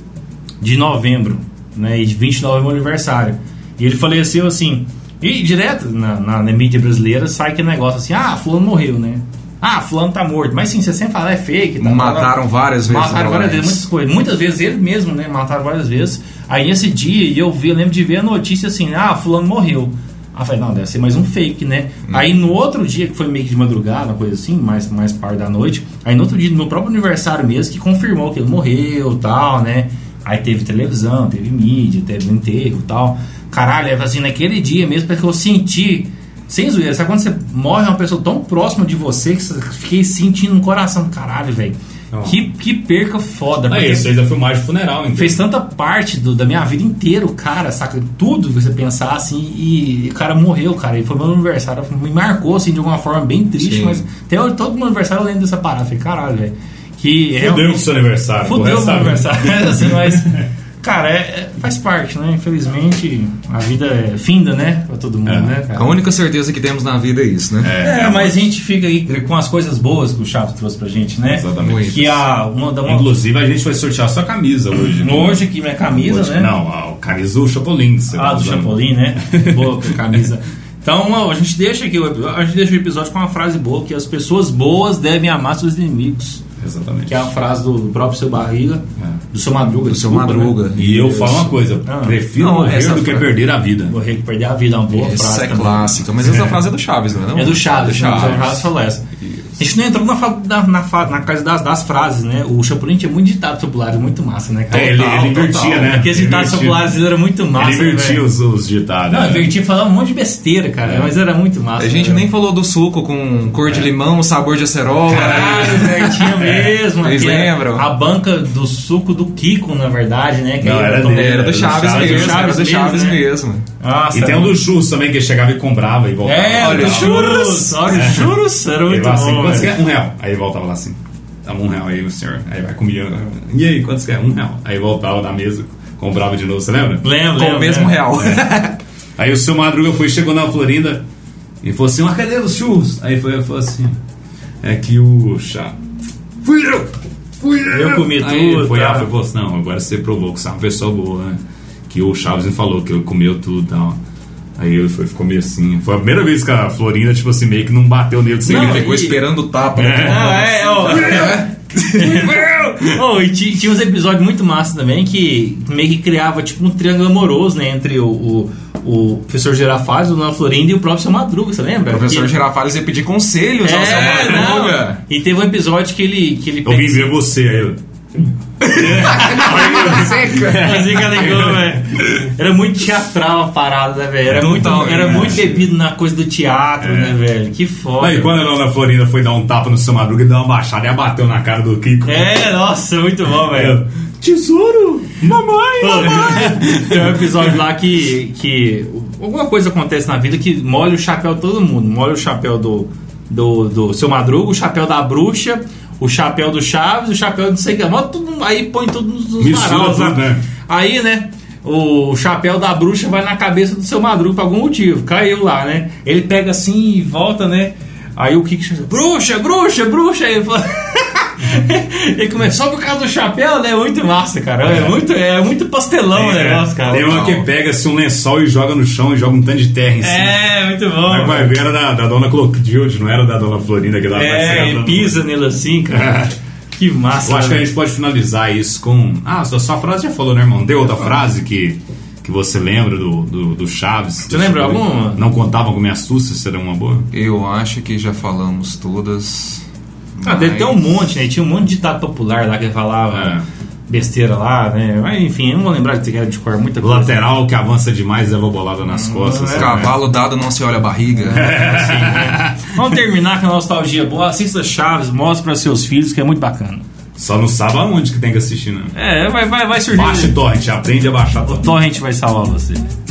[SPEAKER 1] de novembro, né, e 29 é meu aniversário. E ele faleceu assim, e direto na, na- na mídia brasileira sai aquele negócio assim, ah, fulano morreu, né? Ah, fulano tá morto. Mas sim, você sempre fala, é fake. Tá,
[SPEAKER 3] Mataram várias vezes
[SPEAKER 1] Mataram
[SPEAKER 3] o
[SPEAKER 1] várias
[SPEAKER 3] Bolanes.
[SPEAKER 1] vezes, muitas coisas. Muitas vezes ele mesmo, né? Mataram várias vezes. Aí nesse dia eu vi, eu lembro de ver a notícia assim, ah, fulano morreu. Aí eu falei, não, deve ser mais um fake, né? Aí no outro dia, que foi meio que de madrugada, uma coisa assim, mais, mais parte da noite, aí no outro dia, no meu próprio aniversário mesmo, que confirmou que ele morreu tal, né? Aí teve televisão, teve mídia, teve enterro e tal. Caralho, é assim, naquele dia mesmo, porque eu senti sem zoeira, sabe quando você morre uma pessoa tão próxima de você que você fiquei sentindo no coração, caralho, velho.
[SPEAKER 2] Ó.
[SPEAKER 1] Que, que perca foda.
[SPEAKER 2] é
[SPEAKER 1] porque
[SPEAKER 2] isso. Fez a filmagem de funeral, então.
[SPEAKER 1] Fez tanta parte do- da minha vida inteira, o cara, saca? Tudo que você pensar, assim, e, o cara morreu, cara. E foi meu aniversário, me marcou, assim, de alguma forma bem triste,
[SPEAKER 3] Sim.
[SPEAKER 1] mas até hoje, todo meu aniversário eu lembro dessa parada. Falei, caralho, velho. Que é.
[SPEAKER 2] Fudeu com o seu aniversário. pro
[SPEAKER 1] Fudeu
[SPEAKER 2] resto
[SPEAKER 1] meu
[SPEAKER 2] da
[SPEAKER 1] aniversário.
[SPEAKER 2] vida.
[SPEAKER 1] Mas, assim, mas. Cara, é- é- faz parte, né? Infelizmente, a vida é finda, né? Pra todo mundo,
[SPEAKER 2] É.
[SPEAKER 1] né, cara?
[SPEAKER 3] A única certeza que temos na vida é isso, né?
[SPEAKER 1] É, mas a gente fica aí com as coisas boas que o Chaves trouxe pra gente, né?
[SPEAKER 2] Exatamente.
[SPEAKER 1] Que a uma da uma
[SPEAKER 2] Inclusive, a gente vai sortear sua camisa hoje. né?
[SPEAKER 1] hoje que minha camisa,
[SPEAKER 2] Hoje-
[SPEAKER 1] né?
[SPEAKER 2] Não, a camisa do Chapolin. que você
[SPEAKER 1] Ah,
[SPEAKER 2] tá
[SPEAKER 1] do
[SPEAKER 2] usando.
[SPEAKER 1] Chapolin, né? Boa camisa. Então, ó, a gente deixa aqui o epi- a gente deixa o episódio com uma frase boa que as pessoas boas devem amar seus inimigos,
[SPEAKER 2] Exatamente.
[SPEAKER 1] que é a frase do próprio seu barriga,
[SPEAKER 2] É.
[SPEAKER 1] do seu madruga,
[SPEAKER 3] Do seu
[SPEAKER 1] desculpa,
[SPEAKER 3] Madruga.
[SPEAKER 1] né?
[SPEAKER 2] E eu falo uma coisa,
[SPEAKER 1] Ah.
[SPEAKER 2] prefiro
[SPEAKER 3] Não,
[SPEAKER 2] morrer
[SPEAKER 3] essa
[SPEAKER 2] do que
[SPEAKER 3] fra-
[SPEAKER 2] perder a vida.
[SPEAKER 1] Morrer que perder a vida é uma boa frase.
[SPEAKER 3] Essa é
[SPEAKER 1] também.
[SPEAKER 3] clássica. Mas essa frase é do Chaves, não é? não?
[SPEAKER 1] É do Chaves,
[SPEAKER 3] Do
[SPEAKER 1] né? O
[SPEAKER 3] Chaves.
[SPEAKER 1] Chaves falou essa. A gente não entrou na, fa- na, na, fa- na casa das, das frases, né? O Chapolin tinha muito ditado popular, muito massa, né, cara?
[SPEAKER 2] É, ele,
[SPEAKER 3] Total,
[SPEAKER 2] ele invertia,
[SPEAKER 3] total.
[SPEAKER 2] né?
[SPEAKER 1] Aqueles ditados
[SPEAKER 2] Invertia.
[SPEAKER 1] populares eram muito massa,
[SPEAKER 2] Ele
[SPEAKER 1] né,
[SPEAKER 2] invertia
[SPEAKER 1] velho?
[SPEAKER 2] os, os ditados.
[SPEAKER 1] Não,
[SPEAKER 2] né?
[SPEAKER 1] invertia falava um monte de besteira, cara, mas era muito massa.
[SPEAKER 3] É. A gente
[SPEAKER 1] né,
[SPEAKER 3] nem
[SPEAKER 1] velho?
[SPEAKER 3] falou do suco com cor de limão, sabor de acerola. É,
[SPEAKER 1] Caralho, velho, tinha mesmo.
[SPEAKER 3] Vocês
[SPEAKER 1] que era
[SPEAKER 3] lembram?
[SPEAKER 1] A banca do suco do Kiko, na verdade, né? Que
[SPEAKER 2] Não,
[SPEAKER 1] aí
[SPEAKER 2] era
[SPEAKER 1] tomava-
[SPEAKER 2] dele,
[SPEAKER 3] Era do Chaves,
[SPEAKER 2] Chaves,
[SPEAKER 3] mesmo,
[SPEAKER 1] Chaves
[SPEAKER 3] era do
[SPEAKER 1] mesmo,
[SPEAKER 3] Chaves
[SPEAKER 1] né?
[SPEAKER 3] mesmo.
[SPEAKER 1] Nossa,
[SPEAKER 2] E tem
[SPEAKER 1] era
[SPEAKER 2] um do
[SPEAKER 1] muito-
[SPEAKER 2] Chus também, que chegava e comprava e voltava.
[SPEAKER 1] É,
[SPEAKER 3] Olha,
[SPEAKER 1] olha os
[SPEAKER 3] o
[SPEAKER 1] churros. Olha os churros, era
[SPEAKER 2] É. Ele
[SPEAKER 1] é muito
[SPEAKER 2] falava assim,
[SPEAKER 1] bom.
[SPEAKER 2] quantos
[SPEAKER 1] velho.
[SPEAKER 2] quer? Um real. Aí voltava lá assim, dava um real aí, o senhor. Aí vai comia. E aí, quantos quer? Um real. Aí voltava da mesa, comprava de novo, você lembra?
[SPEAKER 1] Lembro,
[SPEAKER 3] Com
[SPEAKER 1] lembro, né?
[SPEAKER 3] o mesmo
[SPEAKER 1] lembro.
[SPEAKER 3] real.
[SPEAKER 2] Aí o seu Madruga foi, chegou na Florinda e falou assim: Mas cadê os churros? Aí foi, falou assim: É que o chá. Fui eu! Fui eu!
[SPEAKER 1] Eu comi
[SPEAKER 2] Aí
[SPEAKER 1] tudo,
[SPEAKER 2] Foi,
[SPEAKER 1] tá?
[SPEAKER 2] ah, foi, falou assim: Não, agora você provou que você é uma pessoa boa, né? Que o Chaves me falou que ele comeu tudo e tal. Aí ele foi, ficou meio assim. Foi a primeira vez que a Florinda, tipo assim, meio que não bateu nele de
[SPEAKER 1] Não, é
[SPEAKER 2] segredo.
[SPEAKER 1] e-
[SPEAKER 3] Ficou esperando o tapa.
[SPEAKER 1] Não, é, ó. Ô, e ti- tinha uns episódios muito massa também que meio que criava tipo um triângulo amoroso, né? Entre o, o, o professor Girafales, o Dona Florinda e o próprio seu Madruga, você lembra?
[SPEAKER 3] O professor
[SPEAKER 1] Que-
[SPEAKER 3] Girafales ia pedir conselhos ao seu
[SPEAKER 1] É,
[SPEAKER 3] Madruga.
[SPEAKER 1] não. E teve um episódio que ele. Que ele
[SPEAKER 2] Eu vim ver você. Aí eu,
[SPEAKER 1] Fazia que alegou, velho. Era muito teatral a parada, né, velho?
[SPEAKER 2] É,
[SPEAKER 1] Era, muito,
[SPEAKER 3] Total,
[SPEAKER 1] era
[SPEAKER 3] né?
[SPEAKER 1] muito bebido na coisa do teatro, né, velho? Que foda.
[SPEAKER 2] Aí É. quando a dona Florinda foi dar um tapa no seu Madruga, ele deu uma baixada e abateu na cara do Kiko.
[SPEAKER 1] É, nossa, muito bom,
[SPEAKER 2] Aí
[SPEAKER 1] velho.
[SPEAKER 2] eu, Tesouro! Mamãe!
[SPEAKER 1] Tem um episódio lá que, que alguma coisa acontece na vida que molha o chapéu de todo mundo. Molha o chapéu do, do, do seu madruga, o chapéu da bruxa, o chapéu do Chaves, o chapéu de não sei o que. Mó tudo- Aí põe tudo nos, nos
[SPEAKER 2] Mistura
[SPEAKER 1] maraus lá.
[SPEAKER 2] tudo, né?
[SPEAKER 1] Aí, né? O chapéu da bruxa vai na cabeça do seu madruga por algum motivo. Caiu lá, né? Ele pega assim e volta, né? Aí o Kiko chama, bruxa, bruxa, bruxa. Aí ele fala- Ele começou por causa do chapéu, né? Muito massa, cara. É, muito, é muito pastelão
[SPEAKER 2] É,
[SPEAKER 1] o negócio, cara.
[SPEAKER 2] Tem uma que pega-se um lençol e joga no chão e joga um tanto de terra em cima.
[SPEAKER 1] É, muito
[SPEAKER 2] Aí
[SPEAKER 1] bom.
[SPEAKER 2] vai ver, era da, da dona Clotilde, não era da dona Florinda que dava
[SPEAKER 1] É, ele pisa nele assim, cara. Que massa.
[SPEAKER 2] É. Eu acho que a
[SPEAKER 1] né?
[SPEAKER 2] gente pode finalizar isso com. Ah, sua, sua frase já falou, né, irmão? Deu outra frase que, que você lembra do, do, do Chaves?
[SPEAKER 1] Você lembra
[SPEAKER 2] Chapolin?
[SPEAKER 1] alguma?
[SPEAKER 2] Não contava com minha astúcia, seria uma boa?
[SPEAKER 3] Eu acho que já falamos todas.
[SPEAKER 1] Ah, deve ter um
[SPEAKER 3] mas-
[SPEAKER 1] monte, né? Tinha um monte de ditado popular lá que ele falava
[SPEAKER 2] É.
[SPEAKER 1] besteira lá, né? Mas, enfim, eu não vou lembrar de que de cor muita
[SPEAKER 2] O
[SPEAKER 1] coisa.
[SPEAKER 2] lateral que avança demais leva bolada nas
[SPEAKER 1] Hum,
[SPEAKER 2] costas.
[SPEAKER 1] é. né?
[SPEAKER 2] sabe?
[SPEAKER 3] Cavalo dado não se olha a barriga.
[SPEAKER 1] Assim, né? Vamos terminar com a nostalgia boa. Assista Chaves, mostre para seus filhos que é muito bacana.
[SPEAKER 2] Só não sabe aonde que tem que assistir, né?
[SPEAKER 1] É, vai, vai, vai surgir.
[SPEAKER 2] Baixa o torrent, aprende a baixar torrent.
[SPEAKER 1] Torrent vai salvar você.